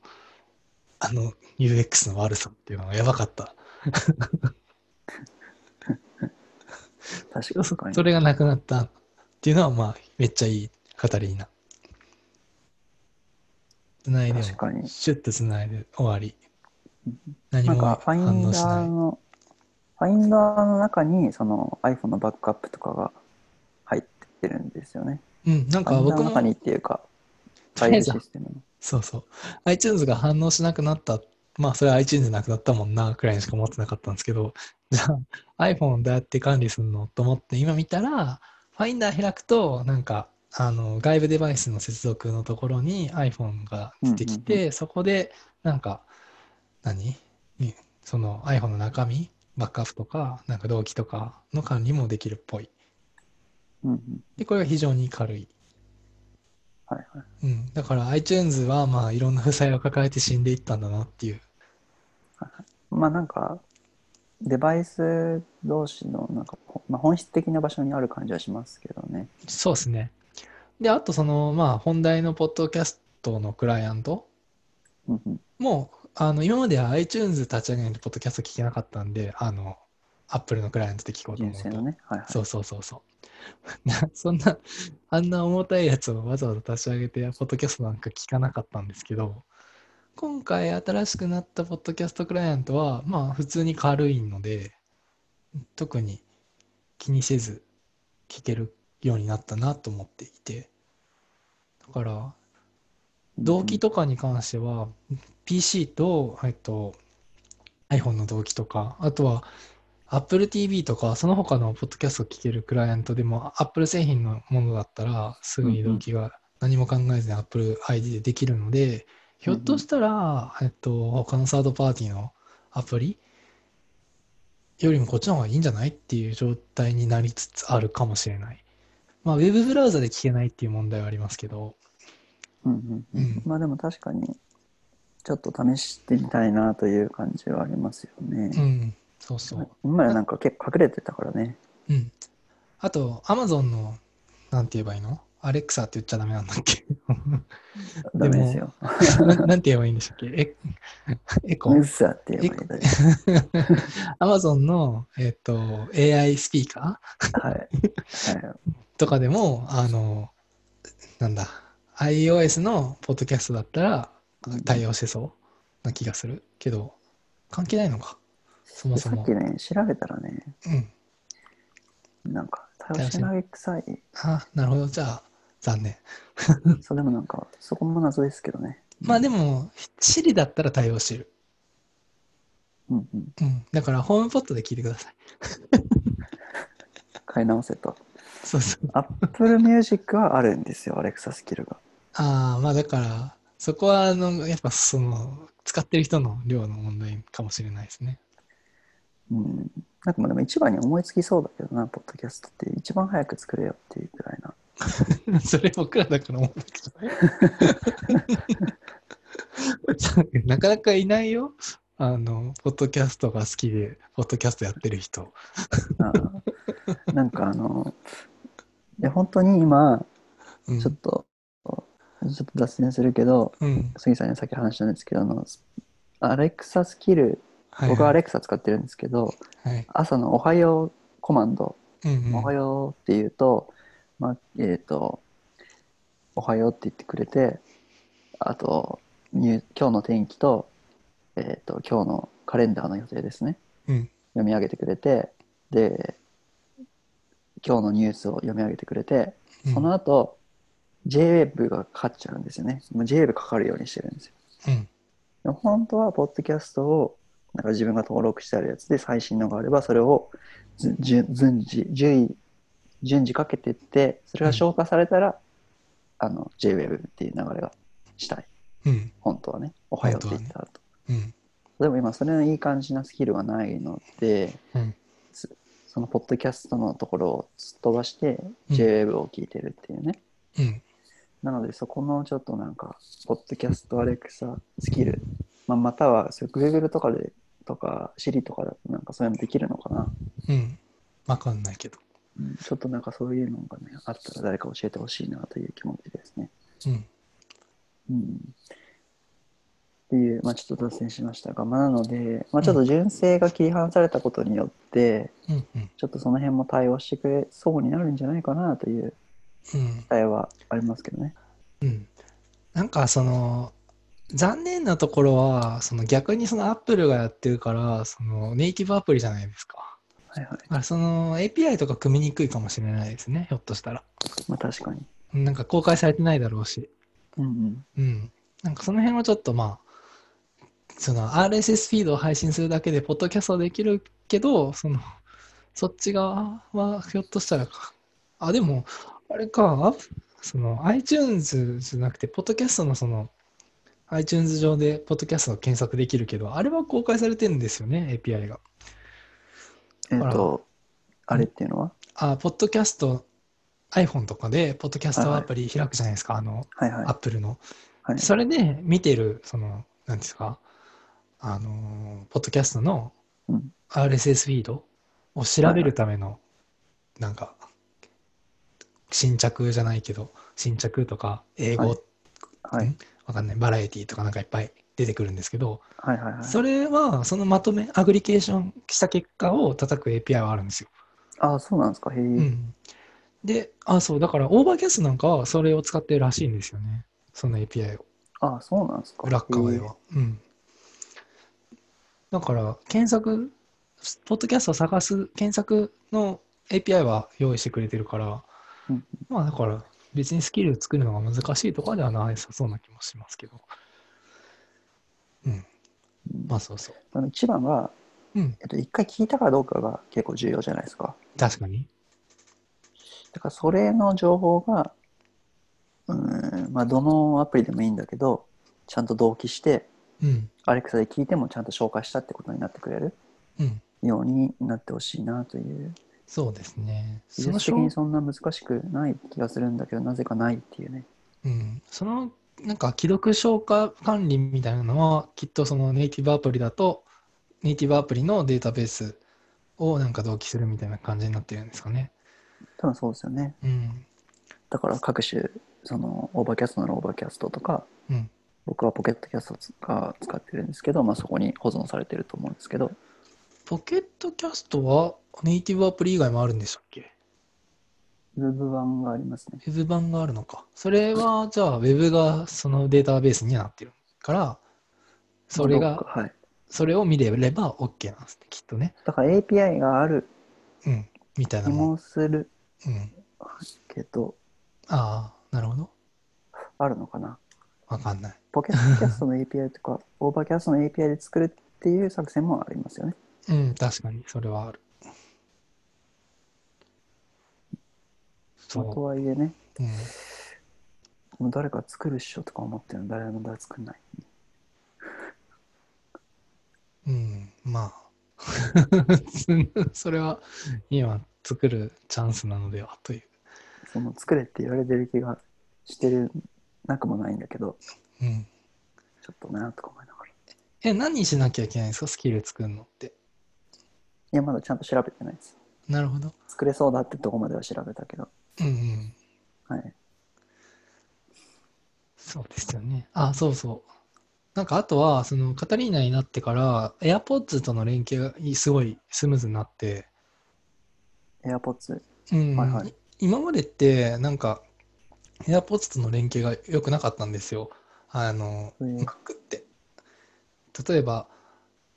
あの UX の悪さっていうのがやばかった。確かに。それがなくなったっていうのは、まあ、めっちゃいいカタリーナ。つないでも確、かに。シュッとつないで終わりうん。何なんもか、ファイ反ン応しダなーい。の、ファインダーの中に、その iPhone のバックアップとかが入ってるんですよね。うん、なんファかインダーの僕も中、にっていうか、とりあえずファイルシステムの。そうそう。iTunes が反応しなくなった。まあ、それは iTunes なくなったもんな、くらいにしか思ってなかったんですけど、じゃあ iPhone どうやって管理するのと思って、今見たら、Finder 開くと、なんか、あの、外部デバイスの接続のところに iPhone が出てきて、うんうそこで、なんか、何にその iPhone の中身、バックアップとか、なんか動機とかの管理もできるっぽい。うんうん。で、これが非常に軽い。はいはい。うん、だから iTunes はまあいろんな負債を抱えて死んでいったんだなっていう。まあなんか、デバイス同士のなんか、まあ、本質的な場所にある感じはしますけどね。そうですね。で、あとそのまあ本題のポッドキャストのクライアントうんうん。もあの今までは iTunes 立ち上げないとポッドキャスト聞けなかったんで、あの Apple のクライアントで聞こうと人思う生と。のね。はいはい。そうそうそうそう。 なそんな、あんな重たいやつをわざわざ立ち上げて、ポッドキャストなんか聞かなかったんですけど、今回新しくなったポッドキャストクライアントは、まあ普通に軽いので、特に気にせず聞けるようになったなと思っていて、だから、動機とかに関しては、PC と、えっと、iPhone の動機とか、あとは Apple TV とか、その他のポッドキャストを聞けるクライアントでも、Apple 製品のものだったら、すぐに動機が何も考えずに Apple ID でできるので、ひょっとしたら、えっと、他のサードパーティーのアプリよりもこっちの方がいいんじゃないっていう状態になりつつあるかもしれない。まあ、ウェブブラウザで聞けないっていう問題はありますけど、うんうんううんん、まあでも確かにちょっと試してみたいなという感じはありますようね、ん、そうそう。今までなんか結構隠れてたからねうん。あと、アマゾンの、なんて言えばいいのアレクサって言っちゃダメなんだっ けダメですよななんて言えばいいんでしたっけえ、エコ うっさって言えばいいだけアマゾンの、えっと、AI スピーカはい、はい、 ーとかでも、あの、なんだ、iOS のポッドキャストだったら対応してそうな気がするけど、関係ないのか。そもでそさっもき。ね調べたらねうん。なんか対応しない臭いあ、なるほど。じゃあ、残念。そうでもなんかそこも謎ですけどねまあでも、シリだったら対応してる。うんうんうん、だからホームポットで聞いてください。買い直せとそうそう。 Apple Music はあるんですよアレクサスキルがああ、まあだから、そこは、あの、やっぱその、使ってる人の量の問題かもしれないですね。 うんなんかまあでも一番に思いつきそうだけどな、ポッドキャストって一番早く作れよっていうくらいな。それ僕らだから思うんだけど。な かなかいないよ。あの、ポッドキャストが好きで、ポッドキャストやってる人。あ ーなんかあの、いや本当に今、うん。ちょっと、ちょっと脱線するけど、うん。杉さんにはさっき話したんですけど、あの、アレクサスキル、はい、僕はアレクサ使ってるんですけど、はい。朝のおはようコマンド、うんうん、おはようって言うと、まあ、えっ、と、おはようって言ってくれて、あと、ニュー今日の天気と、えっ、と、今日のカレンダーの予定ですね。うん読み上げてくれて、で、今日のニュースを読み上げてくれて、うんその後、JWave がかかっちゃうんですよね。もう JWave かかるようにしてるんですよ。うん。でも本当は、ポッドキャストを、なんか自分が登録してあるやつで最新のがあれば、それをず順順次、順位、順次かけていって、それが消化されたら、あの、JWEB っていう流れがしたい。うん。本当はね。おはようって言った後。うん。でも今、それのいい感じなスキルがないので、うんすそのポッドキャストのところをすっ飛ばして、うん JWEB を聞いてるっていうね。うん。なので、そこのちょっとなんか、ポッドキャスト、アレクサ、スキル、まあ、または、そういう Google とかで、とか、Siri とかだと、なんかそういうのできるのかな、うん。わかんないけど。うんちょっとなんかそういうのがね、あったら誰か教えてほしいなという気持ちですね。うん。うん。っていう、まあ、ちょっと脱線しましたが、まあ、なので、まあ、ちょっと純正が切り離されたことによって、うん。うん。ちょっとその辺も対応してくれそうになるんじゃないかなといううん期。待はありますけどね。うん、なんかその残念なところはその逆にそのアップルがやってるからそのネイティブアプリじゃないですか。はいはいだ。からその API とか組みにくいかもしれないですねひょっとしたら。まあ、確かに。なんか公開されてないだろうし。うんうん。うん。なんかその辺はちょっとまあその RSS フィードを配信するだけでポッドキャストはできるけどそのそっち側はひょっとしたらか。あ、でも、あれか、その iTunes じゃなくて、ポッドキャストのその iTunes 上でポッドキャストを検索できるけど、あれは公開されてるんですよね、API が。えっ、と、あれっていうのはあ、ポッドキャスト、iPhone とかで、ポッドキャストアプリ開くじゃないですか、あの、はいはい。 Apple の。はい、それで見てる、その、なんですか、あのー、ポッドキャストのうん RSS フィードを調べるための、なんか、新着じゃないけど、新着とか、英語、はいはい、わかんない、バラエティとかなんかいっぱい出てくるんですけど、はいはいはい。それは、そのまとめ、アグリケーションした結果を叩く API はあるんですよ。ああ、そうなんですか。へえ、うん。で、あ、そう、だから、オーバーキャストなんかはそれを使ってるらしいんですよね。その API を。ああ、そうなんですか。ブラックアウェイへは。うん。だから、検索、ポッドキャストを探す検索の API は用意してくれてるから、うんまあだから、別にスキル作るのが難しいとかではないさそうな気もしますけど。うん。え。まあそうそう。あの一番は、うん。えっと、一回聞いたかどうかが結構重要じゃないですか。確かに。だから、それの情報が、うーん、まあ、どのアプリでもいいんだけど、ちゃんと同期して、うん。アレクサで聞いてもちゃんと紹介したってことになってくれるうん。ようになってほしいなという。そうですね。技その術的紹にそんな難しくない気がするんだけど、なぜかないっていうね。うん、そのなんか既読消化管理みたいなのはきっとそのネイティブアプリだとネイティブアプリのデータベースをなんか同期するみたいな感じになってるんですかね。多分そうですよね。うん、だから各種、その、オーバーキャストならオーバーキャストとか、うん、僕はポケットキャストつか使ってるんですけど、まあ、そこに保存されてると思うんですけど、ポケットキャストはネイティブアプリ以外もあるんでしたっけ Web 版がありますね。 ?Web 版があるのか。それはじゃあ Web がそのデータベースにはなってるからそどれっがかはい。それを見れれば OK なんですねきっとね。だから API があるうん、みたいな気もん。もするうん、けど、ああなるほど。あるのかな。わかんない。ポケットキャストの API とか、オーバーキャストの API で作るっていう作戦もありますよね。うん、確かに、それはある。まあとそはいえね、う。うん、もう誰か作るっしょとか思ってるの誰も誰も作んない。うん、まあ。 それは、今、作るチャンスなのではという。その作れって言われてる気がしてるなくもないんだけど、うん。ちょっとなとか思いながら。いえ、何しなきゃいけないんですかスキル作るのって。や、まだちゃんと調べてないです。なるほど。作れそうだってとこまでは調べたけど。うんうん。はい。そうですよね。あ、そうそう。なんか、あとは、その、カタリーナになってから、AirPods との連携がいすごいスムーズになって、 AirPods。うんはいはい今までってなんか AirPods との連携が良くなかったんですよあのうん Mac って例えば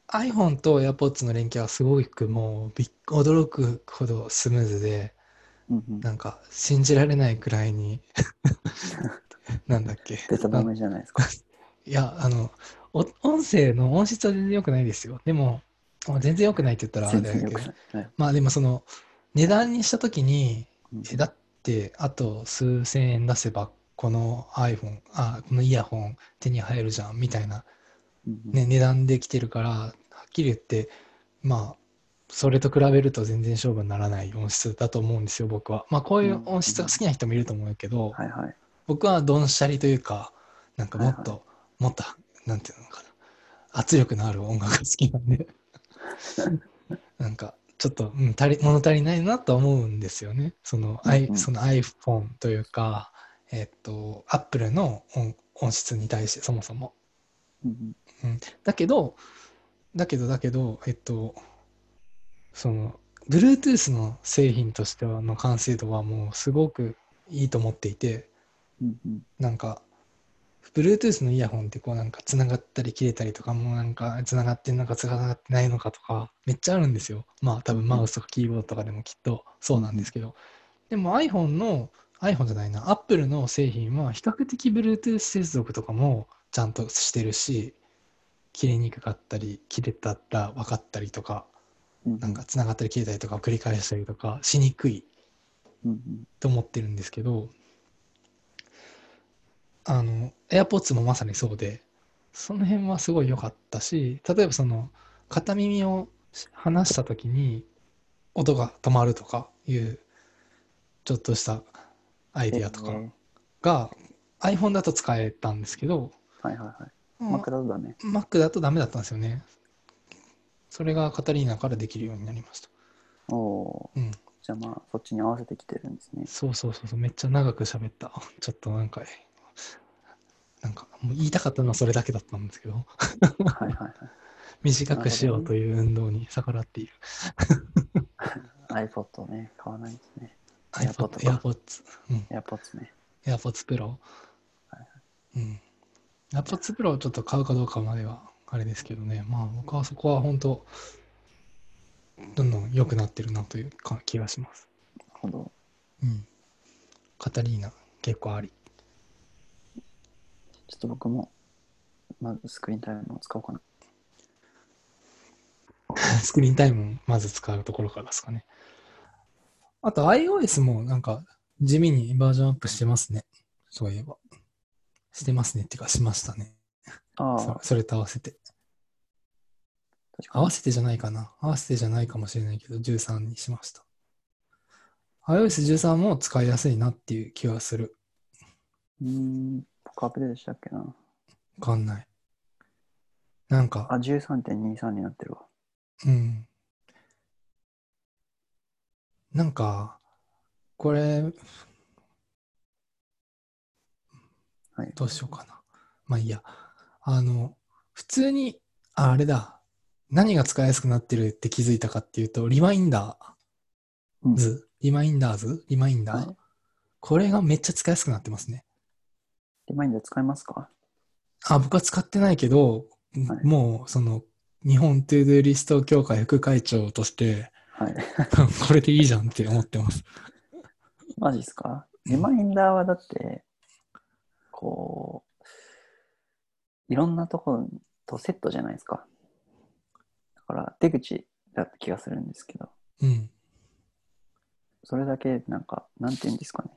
iPhone と AirPods の連携はすごくもうびっ驚くほどスムーズでうんうん。なんか信じられないくら いになんだっけベタダメじゃないですか。いやあのお音声の音質は全然良くないですよでもまあ全然良くないって言ったらあれ全然だけよくどない。はいまあでもその値段にした時にうんえだってあと数千円出せばこの iPhone あこのイヤホン手に入るじゃんみたいな、うんうんね、値段で来てるからはっきり言ってまあそれと比べると全然勝負にならない音質だと思うんですよ僕はまあこういう音質が好きな人もいると思うけど、はいはい。僕はどんしゃりというかなんかもっと、もっとなんていうのかな圧力のある音楽が好きなん でなんかちょっと、うん、足り物足りないなと思うんですよねその,、アうんうイんその iPhone というかえっと Apple の音音質に対してそもそもうんうんだけどだけどだけどえっとその Bluetooth の製品としてはの完成度はもうすごくいいと思っていてうんうんなんか、Bluetooth のイヤホンってこうなんか繋がったり切れたりとかもうなんか繋がってんのか繋がってないのかとかめっちゃあるんですよ。まあ多分マウスとかキーボードとかでもきっとそうなんですけど。でも iPhone の iPhone じゃないな Apple の製品は比較的 Bluetooth 接続とかもちゃんとしてるし切れにくかったり切れたら分かったりとかうんなんか繋がったり切れたりとかを繰り返したりとかしにくいうんうんと思ってるんですけどあの AirPods もまさにそうでその辺はすごい良かったし例えばその片耳を離した時に音が止まるとかいうちょっとしたアイディアとかえが iPhone だと使えたんですけど、ーはいはいはうい。んマックだとだね。 Mac だとダメだったんですよねそれがカタリーナからできるようになりましたおおー。うんじゃあまあ、そっちに合わせてきてるんです ね。そうそうそうそう、めっちゃ長く喋った。 ちょっとなんか、なんか、もう言いたかったのはそれだけだったんです けど、はいはいはい。短くしようという運動に逆らっている。 iPod をね、買わないんですね。なるほ iPod、ど AirPods、うん、 AirPods ね。 AirPods Pro。うん。AirPods Pro をちょっと買うかどうかまでは、あれですけどね、まあ僕はそこは本当、どんどん良くなってるなというか気がします。なるほど。うん。カタリーナ、結構あり。ちょっと僕も、まずスクリーンタイムを使おうかな。 スクリーンタイムをまず使うところからですかね。あと iOS もなんか地味にバージョンアップしてますね。そういえば。してますね。ってかしましたね。あそあ、それと合わせて。確か合にわせてじゃないかな。合わせてじゃないかもしれないけど、13にしました。iOS13 も使いやすいなっていう気はする。うーん、僕アップデートしたっけな。わかんない。なんあ、か、 13.23になってるわ。うん。なんか、これ、はい。どうしようかな。まあいいや。あの、普通に、あ、あれだ。何が使いやすくなってるって気づいたかっていうと、リマインダうんーズ、リマインダーズ、リマインダー、はいこれがめっちゃ使いやすくなってますね。リマインダー使いますかあ、僕は使ってないけど、はいもう、その、日本トゥードゥーリスト協会副会長として、 はい。これでいいじゃんって思ってます。マジっすかリマインダーはだって、こう、いろんなところとセットじゃないですか。だから出口だった気がするんですけど、うん。 それだけなんか、なんて言うんですかね。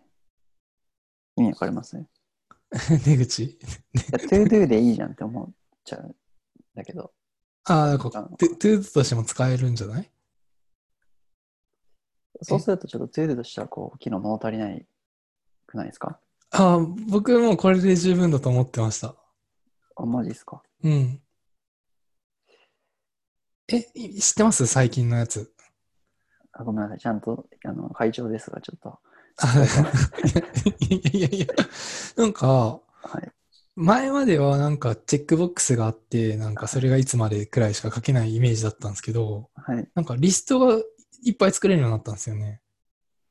意味わかりますい出口。や、トゥードゥでいいじゃんって思っちゃうんだけど、ああ、なんか、トゥトゥードゥとしても使えるんじゃないそうするとちょっとトゥードゥとしてはこう、機能物足りないくないですかああ、僕もうこれで十分だと思ってました。あ、マジっすかうん。え、い知ってます最近のやつ。あごめんなさい、ちゃんと、あの、会長ですが、ちょっと。あいやいやいや。 なんか、はい。前まではなんかチェックボックスがあって、なんかそれがいつまでくらいしか書けないイメージだったんですけど、はい。なんかリストがいっぱい作れるようになったんですよね。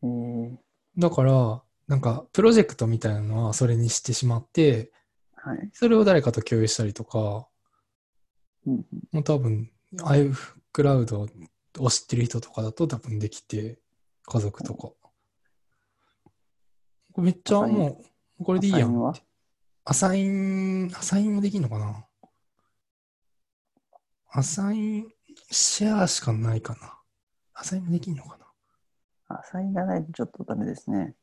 えー、だから、なんかプロジェクトみたいなのはそれにしてしまって、はい。それを誰かと共有したりとか、うんうんもう多分 iCloud を知ってる人とかだと多分できて、家族とか。これめっちゃアサインもう、これでいいやアサインんはって。アサイン、アサインもできんのかなアサイン、シェアしかないかな。アサインもできんのかなアサインがないとちょっとダメですね。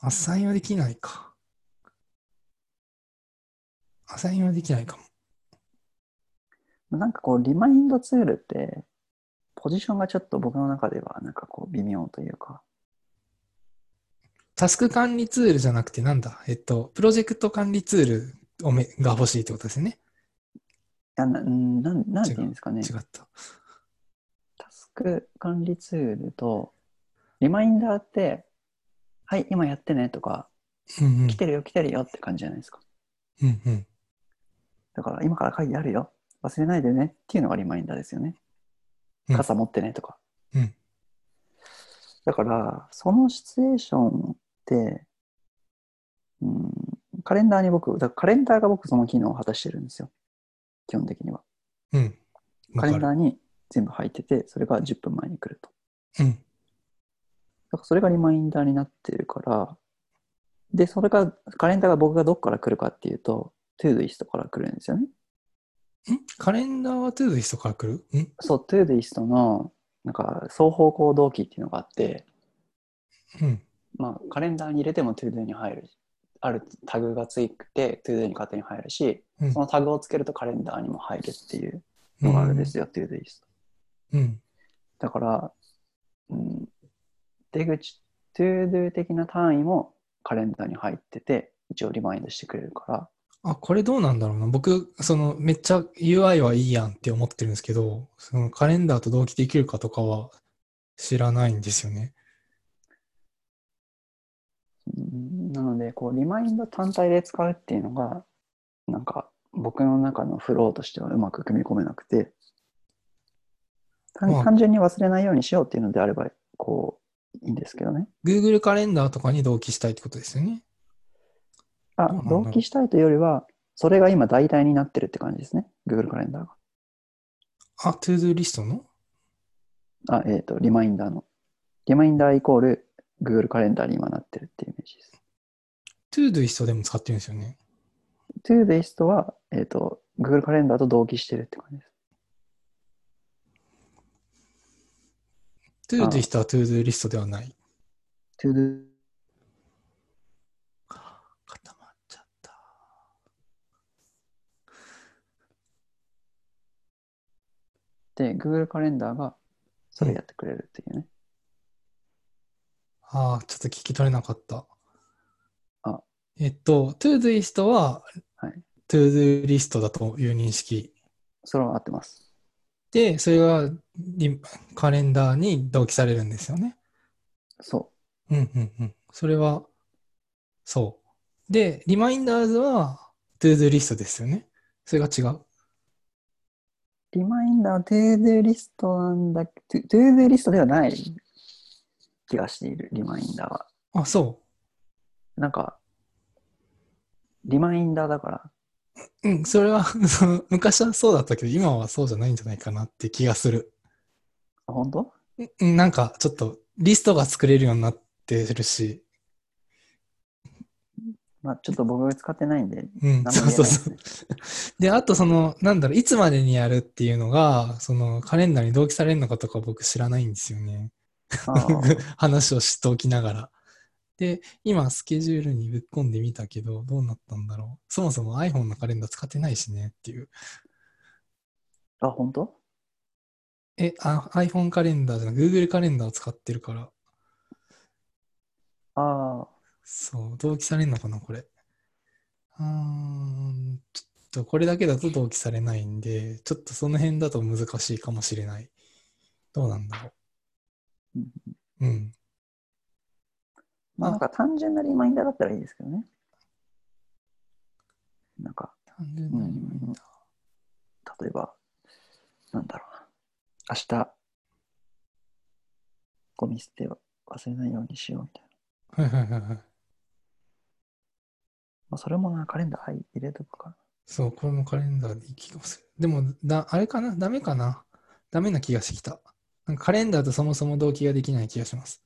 アサインはできないか。アサインはできないかも。なんかこう、リマインドツールって、ポジションがちょっと僕の中では、なんかこう、微妙というか、タスク管理ツールじゃなくてなんだえっと、プロジェクト管理ツールをめが欲しいってことですよね。いやなうんなんなんていうんですかね、違った。タスク管理ツールと、リマインダーって、はい、今やってねとか、うんうん来てるよ、来てるよって感じじゃないですか。うんうんだから、今から会議あるよ、忘れないでねっていうのがリマインダーですよね。うん傘持ってねとか。うんだから、そのシチュエーションって、うん、カレンダーに僕、だからカレンダーが僕その機能を果たしてるんですよ。基本的には。うん。カわかレるンダーに全部入ってて、それが10分前に来ると。うん。だからそれがリマインダーになってるから、で、それが、カレンダーが僕がどっから来るかっていうと、トゥードゥイストから来るんですよね。んカレンダーはトゥードゥイストから来るんそう、トゥードゥイストの、なんか、双方向動機っていうのがあって、うん。まあ、カレンダーに入れても ToDo に入るあるタグがついて ToDo に勝手に入るしうんそのタグをつけるとカレンダーにも入るっていうのがあるんですよ ToDo リストうん。だから、うん、出口 ToDo 的な単位もカレンダーに入ってて一応リマインドしてくれるからあ、これどうなんだろうな。僕、その、めっちゃ UI はいいやんって思ってるんですけど、そのカレンダーと同期できるかとかは知らないんですよね。うんなのでこうリマインド単体で使うっていうのがなんか僕の中のフローとしてはうまく組み込めなくて単まあ単純に忘れないようにしようっていうのであればこういいんですけどね Google カレンダーとかに同期したいってことですよね。あどうなんだろう同期したいというよりはそれが今代替になってるって感じですね Google カレンダーあ、トゥードゥリストのがあえっ、とリマインダーのリマインダーイコール Google カレンダーに今なってるっていうイメージですトゥードゥイストでも使ってるんですよね。 ToDaist は、えっと Google カレンダーと同期してるって感じですトゥードゥイストはトゥードゥリストではない。 ToDo 固まっちゃった。で、Google カレンダーがそれやってくれるっていうね。ああ、ちょっと聞き取れなかった。あえっと、トゥードゥイストは、はいトゥードゥリストだという認識。それは合ってます。で、それがリカレンダーに同期されるんですよね。そうんうんうん。それは、そう。で、リマインダーズは、トゥードゥリストですよね。それが違う。う。リマインダーは ToDo リストなんだけど、ToDo リストではない気がしている、リマインダーは。あ、そなんか、リマインダーだから、う。うん、それは、 その昔はそうだったけど、今はそうじゃないんじゃないかなって気がする。あ本当うんなんか、ちょっと、リストが作れるようになってるし、まあちょっと僕が使ってないんで、う何もん、言えそなういそうですそねう。で、あとその、なんだろう、いつまでにやるっていうのが、そのカレンダーに同期されるのかとか僕知らないんですよね。あー 話をしておきながら。で、今スケジュールにぶっ込んでみたけど、どうなったんだろう。そもそも iPhone のカレンダー使ってないしねっていう。あ、本当え、あ iPhone カレンダーじゃなく Google カレンダーを使ってるから、ああ、そう、同期されるのかな、これ。うーん、ちょっとこれだけだと同期されないんで、ちょっとその辺だと難しいかもしれない。どうなんだろううん。うん。まあなんか単純なリマインダーだったらいいですけどね。なんか、単純なリマインダー例えば、なんだろうな。明日、ゴミ捨てを忘れないようにしようみたいな。はいはいはいはい。まあ、それもな、カレンダー入れとくかそう、これもカレンダーでいい気がする。でも、だ、あれかなダメかなダメな気がしてきた。なんかカレンダーとそもそも同期ができない気がします。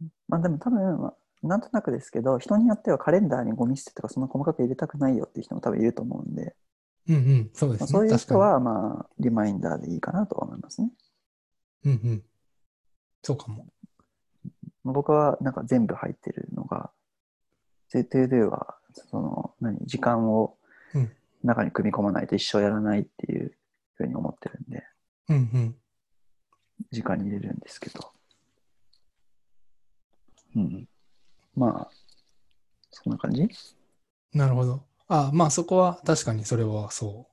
な。まあでも多分、まあ、なんとなくですけど、人によってはカレンダーにゴミ捨てとかそんな細かく入れたくないよっていう人も多分いると思うんで、うんうん、そうでまあ、すそうね。いう確人かに。はまあ、リマインダーでいいかなとは思いますね。うんうん。そうかも。まあ僕はなんか全部入ってるのが、ZTD は、その、何、時間をうん中に組み込まないと一生やらないっていうふうに思ってるんで、うんうん。時間に入れるんですけど。うん。まあ、そんな感じなるほど。あ、まあそこは確かにそれはそ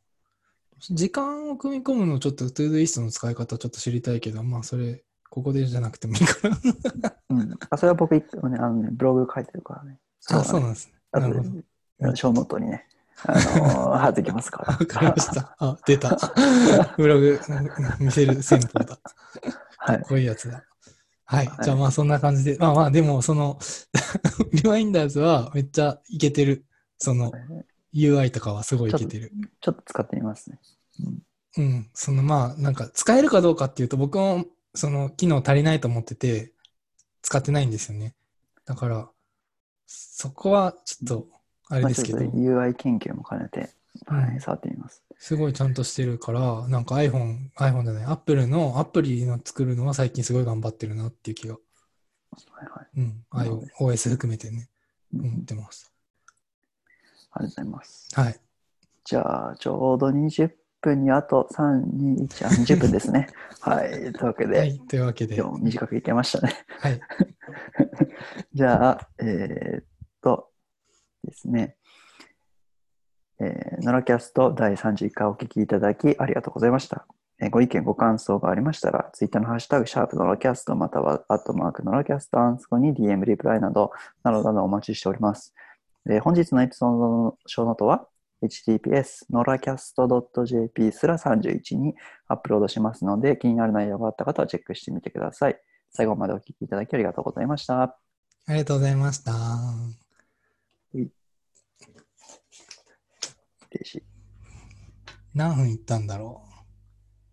う。時間を組み込むのちょっと To Do リストの使い方ちょっと知りたいけど、まあそれ、ここでじゃなくてもいいかな。うん。あ、それは僕、ね、あのね、ブログ書いてるからね。それ あ、はそうねなんですね。あなるほど。と、小ノートにね、あのー 貼ってきますから。わかりました。あ、出た。 ブログ見せる戦法だ。はかいっ。こいいやつだ。はいは。いじゃあまあそんな感じで。まあまあでもその、 リマインダーズはめっちゃいけてる。その UI とかはすごいいけてる。ちょっと使ってみますね。うん。そのまあなんか使えるかどうかっていうと僕もその機能足りないと思ってて使ってないんですよね。だからそこはちょっとあれまあでちすょっけとど、 UI 研究も兼ねて、はうんい、触ってみます。すごいちゃんとしてるから、なんか iPhone、iPhone じゃない、Apple のアプリの作るのは最近すごい頑張ってるなっていう気が、はいはい。うん、なるほ iOS ど OS 含めてね、うん思ってます。ありがとうございます。はい。じゃあ、ちょうど20分にあと3、2、1、あ、20分です ね。はい。というわけで、はい、というわけで、今日も短くいけましたね。はい。 じゃあ、えーっとですね、えー、ノラキャスト第31回お聞きいただきありがとうございました。えーご意見、ご感想がありましたら、ツイッターのハッシュタグ、シャープノラキャスト、または、アットマークノラキャストアンスコに DM、リプライなど、などなどお待ちしております。えー本日のエピソードの小ノートは、https ノラキャスト .jp すら31にアップロードしますので、気になる内容があった方はチェックしてみてください。最後までお聞きいただきありがとうございました。ありがとうございました。停止何分いったんだろ